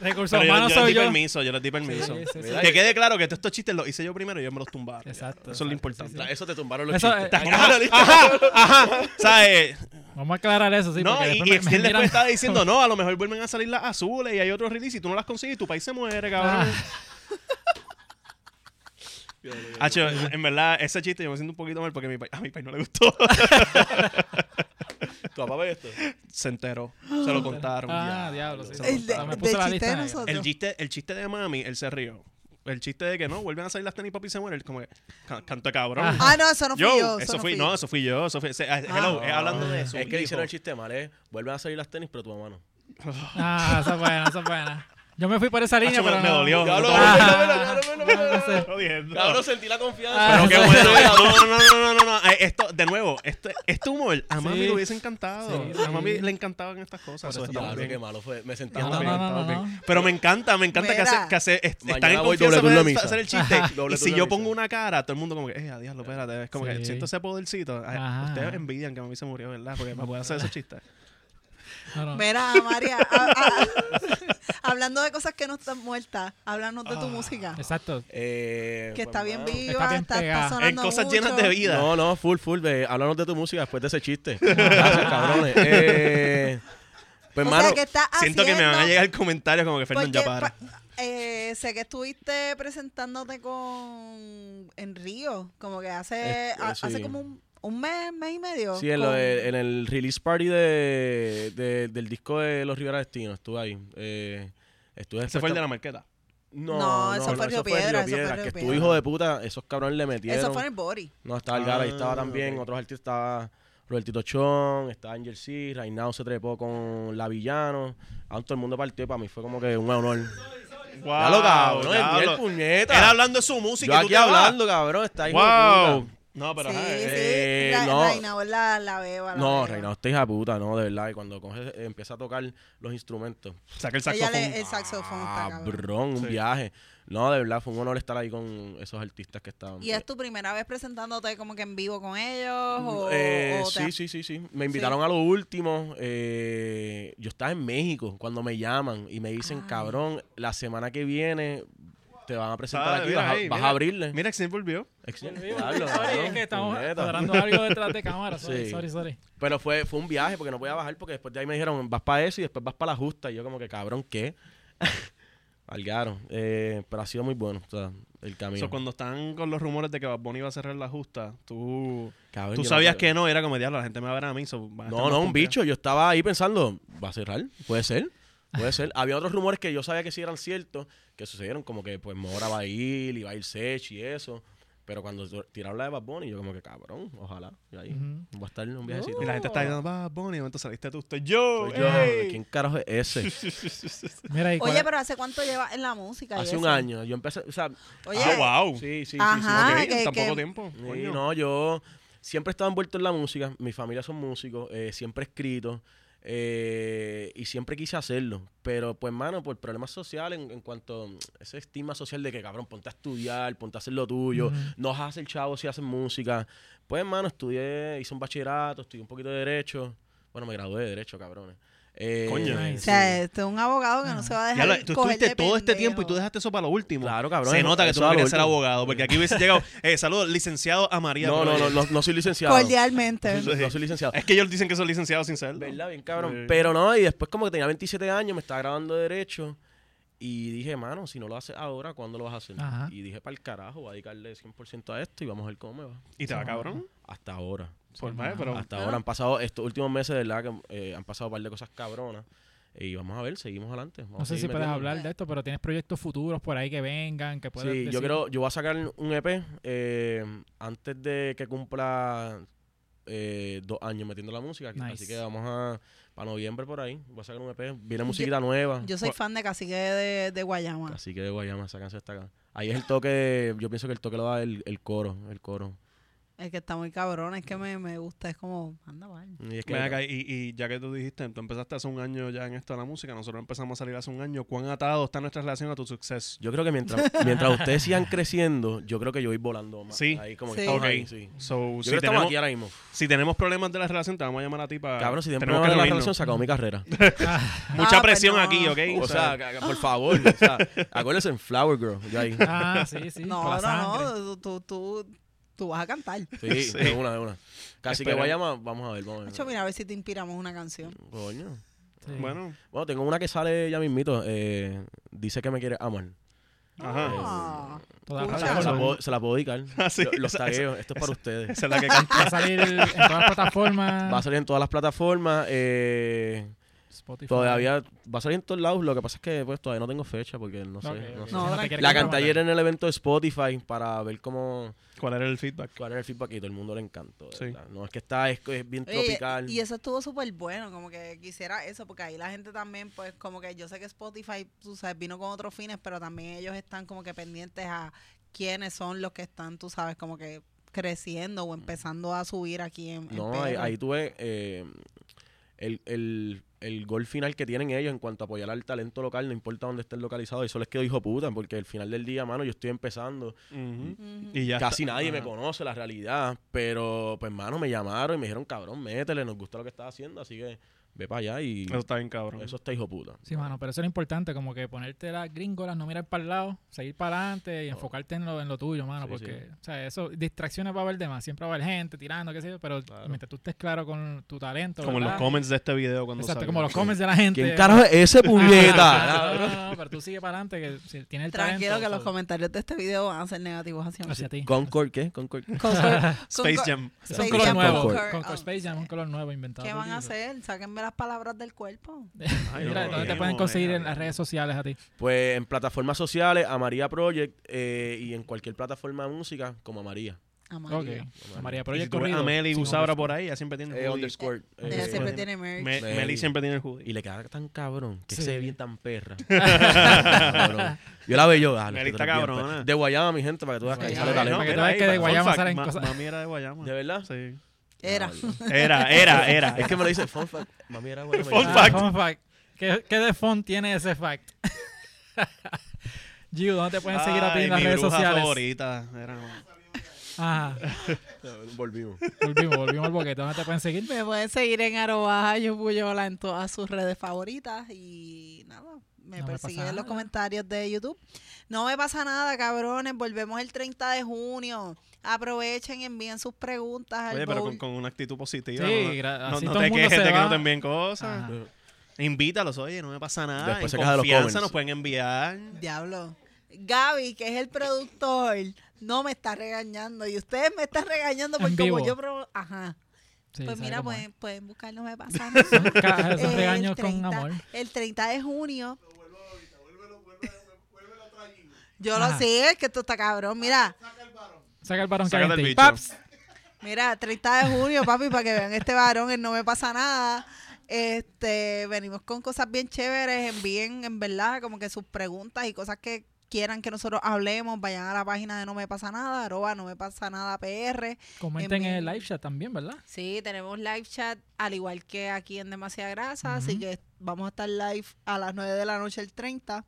S1: Recursos
S3: Pero yo, yo
S1: humanos
S3: les di
S1: soy yo.
S3: permiso, yo les di permiso.
S1: Sí, sí, sí.
S3: Que quede claro que todos estos chistes los hice yo primero y ellos me los tumbaron.
S1: Exacto,
S3: Eso es lo
S1: exacto,
S3: importante.
S1: sí,
S4: Eso te tumbaron los
S1: Eso,
S4: chistes.
S1: eh,
S4: Te
S1: ajá,
S4: tumbaron los
S3: Ajá, ajá. ¿Sabes?
S1: Vamos a aclarar eso, sí.
S3: no,
S1: porque
S3: y,
S1: después
S3: y
S1: me-
S3: Excel
S1: me
S3: después
S1: miran-
S3: estaba diciendo, no, a lo mejor vuelven a salir las azules y hay otros release y tú no las consigues y tu país se muere, cabrón.
S1: Ah.
S4: chistes.
S3: Hacho, en verdad, ese chiste yo me siento un poquito mal porque a mi, pa- a mi país no le gustó.
S4: ¿Tu papá ve esto?
S3: se enteró, se lo contaron.
S1: Ah,
S3: ya.
S1: diablo, sí.
S3: Se lo
S2: El de,
S3: contaron.
S1: Me
S2: del
S1: puse la
S2: chiste
S1: lista
S2: de
S1: negra.
S2: nosotros.
S3: El chiste, el chiste de mami, él se rió. El chiste de que no, vuelven a salir las tenis papi y se mueren. Como que, "Can- canto de cabrón.
S1: Ajá.
S2: Ah, no, eso no fui
S3: Yo,
S2: yo.
S3: eso
S2: no
S3: fui,
S2: fui
S3: no,
S2: yo.
S3: eso fui yo. Eso fui, se- eh, hello,
S2: Ah.
S3: eh, hablando de eso.
S4: Es que le hicieron el chiste mal, ¿eh? Vuelven a salir las tenis, pero tu mamá no.
S1: Ah, esa es buena, esa es buena. Yo me fui por esa línea,
S3: Hacho, me-
S1: pero
S3: me
S1: no.
S3: dolió.
S4: Cabrón,
S1: Ah.
S4: cabrón, cabrón, cabrón.
S3: No dije nada.
S4: Cabrón, sentí la
S1: Ah.
S4: confianza.
S3: Pero qué
S1: eso-
S3: bueno. No, no, no, no, no, no. Eh, Esto, de nuevo, este, este humor a mami
S1: Sí.
S3: le hubiese encantado.
S1: Sí,
S3: A mami
S1: sí.
S3: le encantaban estas cosas.
S4: Pero
S3: Eso está
S4: Diablo,
S3: bien.
S4: qué malo fue. Me sentí
S1: No,
S4: hasta
S1: no,
S3: Estamos
S4: mal.
S3: bien,
S1: no,
S3: estamos
S1: no,
S3: bien. Pero me encanta, me encanta que,
S2: Mira.
S3: hace- que hace- est- están
S4: Mañana
S3: en
S4: voy
S3: confianza
S4: doble turno
S3: para
S4: a misa.
S3: hacer el chiste.
S4: Doble
S3: y si
S4: turno a
S3: yo
S4: misa.
S3: pongo una cara, todo el mundo como que, eh, a diablo, espérate. Es como que
S1: Sí.
S3: siento ese podercito. Ay,
S1: Ajá.
S3: Ustedes envidian que a mí se murió, ¿verdad? Porque me puede hacer esos chistes.
S1: No, no.
S2: Mira, María, a- a- hablando de cosas que no están muertas, háblanos
S1: Ah,
S2: de tu música.
S1: Exacto.
S4: Eh,
S2: Que está bien
S4: mamá.
S2: viva,
S1: pues, Está bien
S2: está,
S1: pegada.
S2: está sonando
S3: En cosas
S2: mucho.
S3: llenas de vida.
S4: No, no, full, full. Ve, háblanos de tu música después de ese chiste. Gracias, cabrones. Eh, pues,
S2: O
S4: mano,
S2: sea, que está
S3: Siento que me van a
S2: haciendo-
S3: llegar comentarios
S2: Pues
S3: como que Fernando ya
S2: porque
S3: para.
S2: pa- eh, sé que estuviste presentándote con en Río, como que hace
S3: Este,
S4: Es- eh,
S2: a-
S4: sí.
S2: hace como un, un mes, mes y medio.
S4: sí, en,
S2: con-
S4: lo
S3: eh,
S4: de- en el release party de, de- del disco de Los Rivera Destino estuve ahí. Eh, estuve
S3: Se fue el de la marqueta.
S4: No,
S2: No,
S4: no,
S2: eso fue
S4: no,
S2: Río Piedra, eso fue
S4: que
S2: Río
S4: estuvo
S2: Piedra.
S4: hijo de puta, esos cabrones le metieron.
S2: Eso fue en el Body.
S4: No, estaba el Gara, ahí
S3: Ah,
S4: estaba también,
S3: ok.
S4: otros artistas, estaba Robertito Chon, estaba Angel C, Reinao se trepó con La Villano, aún todo el mundo partió, y para mí fue como que un honor. ya lo cabrón,
S3: diablo.
S4: el puñeta.
S3: Él hablando de su música
S4: Yo
S3: y tú
S4: aquí
S3: te vas.
S4: hablando, cabrón, está ahí.
S3: Wow. No, pero
S2: sí,
S3: ajá,
S2: sí.
S3: eh,
S4: eh,
S2: Ra-
S4: no.
S2: Reinao es la, la beba. la
S4: No,
S2: beba.
S4: Reinao está hija de puta, no, de verdad, y cuando coge, eh, empieza a tocar los instrumentos.
S3: saca el
S2: Ella
S3: saxofón. Ah,
S2: le- el saxofón está cabrón.
S4: Cabrón, un
S3: Sí.
S4: viaje. No, de verdad, fue un honor estar ahí con esos artistas que estaban.
S2: ¿Y es tu primera vez presentándote como que en vivo con ellos?
S3: Mm,
S2: O,
S4: Eh,
S2: o te
S4: sí,
S2: has-
S4: sí, sí, sí. Me invitaron a lo último. eh, yo estaba en México cuando me llaman y me dicen,
S2: Ay.
S4: cabrón, la semana que viene te van a presentar
S3: Ah,
S4: aquí,
S3: mira
S4: vas, a-
S3: ahí,
S4: vas
S3: mira.
S4: a abrirle.
S3: Mira, Xen volvió.
S4: Excel- Diablo,
S1: Sorry, es
S4: cabrón,
S1: que estamos
S4: puñeta.
S1: cuadrando algo detrás de cámara. Sorry,
S4: Sí.
S1: sorry, sorry.
S4: Pero fue, fue un viaje porque no podía bajar porque después de ahí me dijeron, vas para eso y después vas para la justa. Y yo como que, cabrón, ¿qué? Algaron. Eh, pero ha sido muy bueno o sea, el camino.
S3: So, cuando están con los rumores de que Bad Bunny iba a cerrar la justa, tú,
S4: Cabrón,
S3: tú
S4: yo no
S3: sabías
S4: puedo-
S3: que no, era como diablo, la gente me va a ver a mí. so, van a estar
S4: No,
S3: más
S4: no, un
S3: pompeados".
S4: bicho. Yo estaba ahí pensando, ¿va a cerrar? ¿Puede ser? Puede ser. Había otros rumores que yo sabía que sí eran ciertos, que sucedieron como que pues Mora va a ir y va a ir Sech y eso. Pero cuando tu- tiraron la de Bad Bunny, yo como que cabrón, ojalá. Y ahí
S1: Ujú.
S4: voy a estar en un viajecito.
S3: Y la gente está diciendo, Bad Bunny, de momento saliste tú. Estoy yo.
S4: Soy yo,
S3: ey".
S4: ¿Quién carajo es ese?
S1: Mira, y cuál-
S2: Oye, pero ¿hace cuánto llevas en la música? y
S4: Hace un
S2: eso?
S4: año. Yo empecé, o sea,
S2: Oye,
S3: ah, wow.
S4: sí, sí, sí.
S2: Ajá.
S4: sí.
S2: Ah,
S3: Ok,
S2: que-
S3: tan
S2: que-
S3: poco tiempo.
S4: Sí,
S3: coño.
S4: no, yo siempre he estado envuelto en la música. Mi familia son músicos, eh, siempre he escrito. Eh, y siempre quise hacerlo. Pero, pues, mano, por problemas sociales, en, en cuanto a ese estigma social de que, cabrón, ponte a estudiar, ponte a hacer lo tuyo,
S1: Ujú.
S4: no vas a hacer chavo si haces música. Pues, mano, estudié, hice un bachillerato, estudié un poquito de Derecho. Bueno, me gradué de Derecho, cabrones. Eh,
S3: Coño.
S1: Nice.
S2: O
S1: Sí.
S2: sea, este es un abogado que no
S1: Ah.
S2: se va a
S3: Ya
S2: dejar.
S3: lo- tú
S2: coger de
S3: estuviste todo este tiempo y tú
S2: pendejo.
S3: dejaste eso para lo último.
S4: Claro, cabrón.
S3: Se nota que tú
S4: eso
S3: no
S4: es
S3: querías
S4: lo
S3: ser
S4: último.
S3: abogado, porque aquí hubiese llegado. Eh, saludos, licenciado a María.
S4: No, no,
S3: Pero-
S4: no, no, no soy licenciado.
S2: Cordialmente.
S4: No, no soy licenciado.
S3: Es que ellos dicen que son licenciados sin serlo.
S4: ¿Verdad? Bien cabrón.
S3: Sí.
S4: Pero no, y después como que tenía 27 años, me estaba grabando de derecho. Y dije, mano, si no lo haces ahora, ¿cuándo lo vas a hacer?
S1: Ajá.
S4: Y dije, para el carajo, voy a dedicarle 100% a esto y vamos a ver cómo me va.
S3: Y te va cabrón.
S4: Hasta ahora.
S3: Por
S1: Sí,
S3: más,
S1: mano.
S3: pero.
S4: Hasta ahora han pasado, estos últimos meses, de ¿verdad? Que eh, han pasado un par de cosas cabronas. Y vamos a ver, seguimos adelante. Vamos
S1: No
S4: a
S1: sé si
S4: seguir
S1: puedes
S4: metiéndole.
S1: hablar de esto, pero tienes proyectos futuros por ahí que vengan, que puedas
S4: Sí,
S1: decir.
S4: yo quiero, yo voy a sacar un EP eh, antes de que cumpla eh, dos años metiendo la música.
S1: Nice.
S4: Así que vamos a, para noviembre por ahí, voy a sacar un EP. Viene musiquita nueva.
S2: Yo soy fan de Cacique de, de Guayama.
S4: Así que Guayama, esa canción está acá. Ahí es el toque, yo pienso que el toque lo da el, el coro, el coro.
S2: Es que está muy cabrón, es que me, me gusta, es como, anda, vale.
S4: Y es que-
S3: Ven acá, y, y ya que tú dijiste, tú empezaste hace un año ya en esto de la música, nosotros empezamos a salir hace un año. ¿Cuán atado está nuestra relación a tu suceso?
S4: yo creo que mientras, mientras ustedes sigan creciendo, yo creo que yo voy volando más.
S3: Sí.
S4: Ahí como
S2: Sí.
S4: que estamos
S3: Ok.
S4: ahí, sí.
S3: So,
S4: Yo
S3: si
S4: creo que estamos
S3: tenemos,
S4: aquí ahora mismo.
S3: si tenemos problemas de la relación, te vamos a llamar a ti para.
S4: Cabrón, si tienen
S3: tenemos
S4: problemas de la
S3: reunirnos.
S4: relación, se acabó mi carrera.
S2: Ah,
S3: Mucha
S2: pues
S3: presión
S2: no.
S3: aquí, ¿ok?
S4: O sea, ca- ca- por favor. o sea, acuérdense en Flower Girl. Yo ahí.
S1: Ah, sí, sí. con
S2: No,
S1: la
S2: no,
S1: sangre.
S2: no, tú, tú, tú vas a cantar.
S4: Sí,
S3: Sí.
S4: de una, de una. Casi que
S3: Esperemos.
S4: Guayama, vamos a ver, vamos a ver.
S2: Nacho, mira, a ver si te inspiramos una canción.
S4: Coño.
S1: Sí.
S3: bueno,
S4: Bueno, tengo una que sale ya mismito. eh, dice que me quiere amar.
S3: ajá.
S2: Ah,
S1: Toda
S2: Escucha.
S1: rara.
S4: Se, la
S1: Va
S4: puedo, se la puedo dedicar.
S3: Ah, sí,
S4: Yo- Los
S3: esa- esa-
S4: tagueos, esto es para ustedes.
S3: Esa es la que canta.
S1: a salir en todas las plataformas.
S2: Ah.
S4: Va a salir en todas las plataformas. eh,
S1: Spotify.
S4: todavía va a salir en todos lados. Lo que pasa es que pues, todavía no tengo fecha porque no sé.
S1: Ok,
S4: no
S1: ok.
S4: sé.
S2: No,
S1: Si te
S2: tranquilo.
S1: quieres
S4: La
S1: comprar,
S4: canté ayer en el evento de Spotify para ver cómo
S3: ¿Cuál era el feedback?
S4: cuál era el feedback y todo el mundo le encantó. de
S3: Sí.
S4: verdad. No es que está, es, es bien
S2: Oye,
S4: tropical.
S2: y eso estuvo súper bueno, como que quisiera eso, porque ahí la gente también, pues, como que yo sé que Spotify, tú sabes, vino con otros fines, pero también ellos están como que pendientes a quiénes son los que están, tú sabes, como que creciendo o empezando a subir aquí en, en
S4: No, ahí,
S2: PR.
S4: ahí tuve eh, el, el, el gol final que tienen ellos en cuanto a apoyar al talento local, no importa dónde estén localizados. Eso les quedó hijo de puta, porque al final del día, mano, yo estoy empezando.
S3: Ujú.
S2: Ujú.
S3: Y ya
S4: Casi
S3: está.
S4: nadie me
S3: Ajá.
S4: conoce la realidad, pero pues, mano, me llamaron y me dijeron, cabrón, métele, nos gusta lo que estás haciendo, así que ve para allá y
S3: Eso está bien, cabrón.
S4: eso está hijo de puta.
S1: Sí, mano, pero eso es lo importante, como que ponerte las gringolas, no mirar para el lado, seguir para adelante y
S3: Oh.
S4: No.
S1: enfocarte en lo, en lo tuyo, mano,
S4: Sí,
S1: porque, o sea, eso, distracciones va a haber de más, siempre va a haber gente tirando, qué sé yo, pero
S4: Claro.
S1: mientras tú estés claro con tu talento,
S3: Como en los
S1: ¿verdad?
S3: comments de este video cuando
S1: Exacto,
S3: salga.
S1: como los comments de la gente.
S4: ¿Quién carajo es ese
S1: Ah, no,
S4: puñeta?
S1: no, no, pero tú sigue para adelante, que si tienes el
S2: Tranquilo
S1: talento,
S2: que los
S1: so-
S2: comentarios de este video van a ser negativos hacia,
S1: hacia ti.
S4: Concord, ¿qué? Concord.
S2: Concord-
S3: Space
S2: Concord-
S3: Jam.
S1: Es un
S2: Space
S1: color
S2: Jam,
S1: nuevo.
S2: Concord.
S1: Concord
S2: Ah,
S1: Space Jam, un color nuevo inventado.
S2: ¿Qué
S1: por
S2: van a
S1: ti, so-
S2: hacer? Sáquenme las palabras del cuerpo.
S3: Ay,
S1: Mira,
S3: no,
S1: ¿dónde te
S3: no,
S1: pueden
S3: no,
S1: conseguir
S3: no,
S1: en
S3: no.
S1: las redes sociales a ti?
S4: Pues en plataformas sociales, Amaría Project eh, y en cualquier plataforma de música como Amaría.
S1: Ok.
S2: Amarillo.
S1: María
S3: Y si
S1: Project
S3: tú ves
S1: Corrido.
S3: a Meli
S1: Sí,
S3: Gusabra
S1: hombre.
S3: por ahí, ella siempre tiene
S4: Eh,
S3: el hoodie.
S4: underscore.
S2: Ella
S4: eh,
S2: siempre tiene merch.
S3: Me-
S4: Meli.
S3: Meli siempre tiene el hoodie.
S4: Y le queda tan cabrón que
S1: Sí.
S4: se ve bien tan perra. Cabrón. yo la veo yo. ah,
S3: Meli
S4: lo
S3: está
S4: estoy bien
S3: cabrona.
S4: perra. De Guayama, mi gente, para que tú veas que ahí
S1: Guayama,
S4: sale
S1: ¿no?
S4: talento.
S1: Para que tú
S3: Mira
S1: veas
S3: ahí,
S1: que de
S3: fun
S1: Guayama
S3: fact,
S1: salen
S3: ma-
S1: cosas-
S3: Mami era de Guayama.
S4: ¿De verdad?
S3: Sí.
S2: Era.
S3: Era, era, era.
S4: Es que me lo dice fun fact. Mami era Guayama.
S3: Fun
S1: Ah,
S3: fact.
S1: fun fact. ¿Qué, qué de font tiene ese fact? Gio, ¿dónde te pueden seguir a ti
S3: Ay,
S1: en las
S3: mi
S1: redes
S3: bruja
S1: sociales?
S3: favorita. Era-
S1: Ajá,
S4: Volvimos.
S1: volvimos, volvimos al boquete. ¿Dónde te pueden seguir?
S2: Me pueden seguir en arroba Puyola en todas sus redes favoritas y nada, me
S1: No me
S2: persiguen
S1: pasa
S2: en los
S1: nada.
S2: comentarios de YouTube. No me pasa nada, cabrones. Volvemos el 30 de junio. Aprovechen, y envíen sus preguntas al
S3: Oye, pero
S2: bowl.
S3: con, con una actitud positiva.
S1: Sí,
S3: ¿no?
S1: gra-
S3: No-
S1: así
S3: no
S1: todo
S3: te
S1: el mundo
S3: quejes de
S1: se
S3: que
S1: va. Ah.
S3: no te envíen cosas.
S1: Ajá.
S3: Invítalos, oye, no me pasa nada.
S4: Después se
S3: en
S4: queja de los
S3: confianza
S4: comments.
S3: nos pueden enviar.
S2: Diablo. Gaby, que es el productor, no me está regañando y ustedes me están regañando
S1: En
S2: porque como
S1: vivo.
S2: yo probo- ajá.
S1: Sí,
S2: pues
S1: sabe
S2: mira,
S1: cómo es.
S2: pueden, pueden buscar no me pasa nada. Eh,
S1: Son ca- son
S2: El
S1: regaños con
S2: 30
S1: amor.
S2: El 30 de junio. Yo lo
S1: Ajá.
S2: sé, es que esto está cabrón. Mira,
S1: Saca el varón que hay en
S3: Sácate el
S1: ti.
S3: bicho.
S1: Paps.
S2: mira, 30 de junio, papi, para que vean este varón, él no me pasa nada. Este, venimos con cosas bien chéveres, envíen en verdad como que sus preguntas y cosas que quieran que nosotros hablemos, vayan a la página de No Me Pasa Nada, arroba No Me Pasa Nada PR.
S1: Comenten en
S2: mi-
S1: el live chat también, ¿verdad?
S2: Sí, tenemos live chat, al igual que aquí en Demasiada Grasa, así
S1: Ujú.
S2: que vamos a estar live a las 9 de la noche el 30.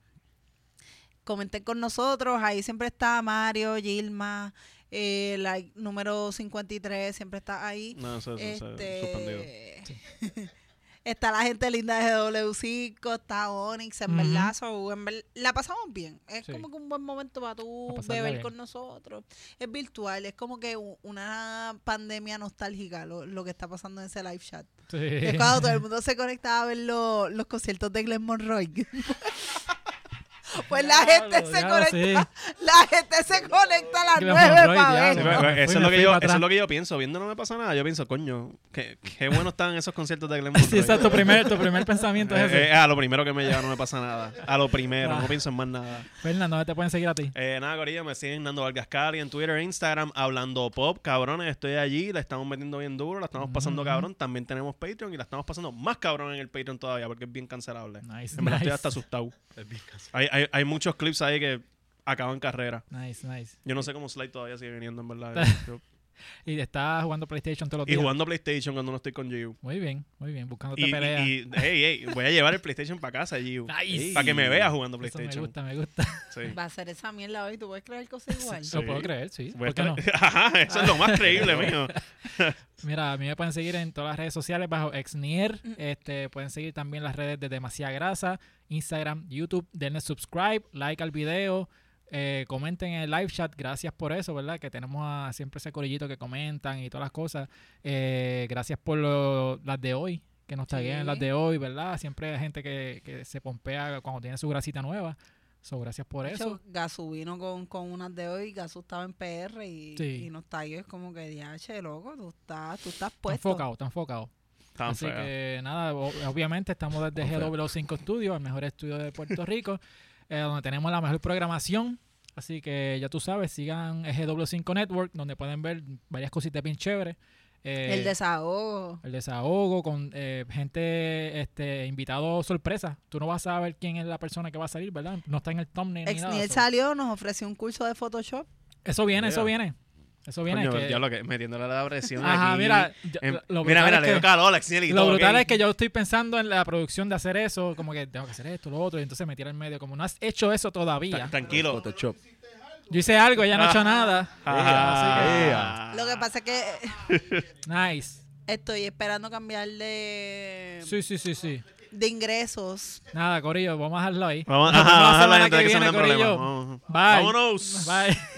S2: Comenten con nosotros, ahí siempre está Mario, Gilma, eh, like número 53, siempre está ahí.
S3: No, eso, eso, eso, suspendido.
S2: Este, está la gente linda de W5, está Onyx, en
S1: Ujú.
S2: verdad, so, en ver- la pasamos bien. Es
S1: Sí.
S2: como que un buen momento para tú
S1: Para pasarla
S2: beber
S1: bien.
S2: con nosotros. Es virtual, es como que u- una pandemia nostálgica lo, lo que está pasando en ese live chat.
S1: Sí.
S2: Que Es cuando todo el mundo se conectaba a ver lo- los conciertos de Glenn Monroy. pues la
S1: Diablo,
S2: gente se
S1: diablo,
S2: conecta,
S1: sí.
S2: la gente se conecta a las
S1: Glenn
S2: nueve
S1: Monroy,
S2: para
S1: diablo.
S2: ver.
S3: Sí,
S1: me
S3: pero- pero
S1: fui,
S3: eso,
S1: me
S3: es lo que
S1: fui para
S3: yo, eso
S1: atrás.
S3: es lo que yo pienso. Viendo no me pasa nada. Yo pienso, coño, qué, qué bueno están esos conciertos de Glenn Monroy.
S1: Sí, ese es tu primer, tu primer pensamiento es
S3: Eh, eh,
S1: ese.
S3: a lo primero que me lleva no me pasa nada. A lo primero,
S1: Ah.
S3: no pienso en más nada.
S1: Fernando, ¿dónde te pueden seguir a ti?
S3: Eh, nada, Corillo, me siguen Nando Vargas Cali en Twitter e Instagram, hablando pop, cabrones, estoy allí, la estamos metiendo bien duro, la estamos pasando
S1: Mm.
S3: cabrón, también tenemos Patreon y la estamos pasando más cabrón en el Patreon todavía porque es bien cancelable.
S1: Nice,
S3: En verdad estoy
S1: nice.
S3: hasta asustado.
S4: Es bien cansado.
S3: Hay, hay, hay muchos clips ahí que acaban carrera.
S1: Nice, nice.
S3: Yo no sé cómo Slide todavía sigue viniendo, en verdad. Yo-
S1: Y estás jugando PlayStation todos los
S3: y
S1: días.
S3: jugando PlayStation cuando no estoy con Giu.
S1: Muy bien, muy bien. Buscándote
S3: Y, y,
S1: pelea.
S3: y- hey, hey, voy a llevar el PlayStation para casa, Giu.
S1: Nice.
S3: Para que me veas jugando
S1: Eso me
S3: PlayStation.
S1: gusta, me gusta.
S3: Sí.
S2: Va a ser esa mierda hoy, tú puedes creer cosas igual.
S3: Sí.
S1: Lo puedo creer, sí.
S3: Voy a
S1: ¿Por qué no?
S3: estar- Ajá, eso es lo más creíble, mío.
S1: Mira, a mí me pueden seguir en todas las redes sociales bajo Exnier.
S2: Mm.
S1: Este, pueden seguir también las redes de Demasiada Grasa, Instagram, YouTube. Denle subscribe, like al video, eh, comenten en el live chat. Gracias por eso, ¿verdad? Que tenemos a- siempre ese corillito que comentan y todas las cosas. Eh, gracias por lo- las de hoy, que nos taguean en las de hoy, ¿verdad? Siempre hay gente que, que se pompea cuando tiene su grasita nueva. So, gracias por
S2: De
S1: eso.
S2: hecho, Gasú vino con, con unas de hoy, Gasú estaba en PR y,
S1: Sí.
S2: y nos taguió, es como que, diache, loco, tú estás, tú estás
S1: Está
S2: puesto.
S1: enfocado, está enfocado.
S3: Tan
S1: Así
S3: fea.
S1: que nada, o- obviamente estamos desde
S4: Tan fea.
S1: GW5 Studios, el mejor estudio de Puerto Rico, eh, donde tenemos la mejor programación. Así que ya tú sabes, sigan el GW5 Network, donde pueden ver varias cositas bien chéveres. Eh,
S2: El desahogo.
S1: el desahogo con eh, gente, este, invitado sorpresa. Tú no vas a saber quién es la persona que va a salir, ¿verdad? No está en el thumbnail ni
S2: Ex
S1: nada.
S2: Niel
S1: so-
S2: salió, nos ofreció un curso de Photoshop.
S1: Eso viene, eso
S3: Mira.
S1: viene. Eso viene.
S3: Coño,
S1: que-
S3: ya lo que metiéndole la presión
S1: Ajá,
S3: aquí.
S1: mira, yo-
S3: Em-
S1: lo
S3: mira,
S1: brutal
S3: mira,
S1: es
S3: le
S1: que-
S3: dio calor a Xniel y
S1: lo
S3: todo,
S1: brutal
S3: ok.
S1: es que yo estoy pensando en la producción de hacer eso, como que tengo que hacer esto, lo otro, y entonces me tira el medio, como no has hecho eso
S3: Ta-
S1: todavía.
S3: Tranquilo.
S4: Photoshop.
S1: Yo hice algo, ella no ha hecho nada.
S3: Ah,
S2: Lo que pasa es que eh,
S1: Nice.
S2: estoy esperando cambiar de,
S1: Sí, sí, sí, sí.
S2: de ingresos.
S1: Nada, Corillo, vamos a dejarlo ahí.
S3: Vamos
S1: Nos vemos
S3: ajá,
S1: la
S3: ajá, la
S1: semana
S3: gente
S1: que
S3: que se
S1: viene,
S3: meta en problemas.
S1: Corillo.
S3: Vamos, ajá.
S1: Bye.
S3: Vámonos.
S1: Bye.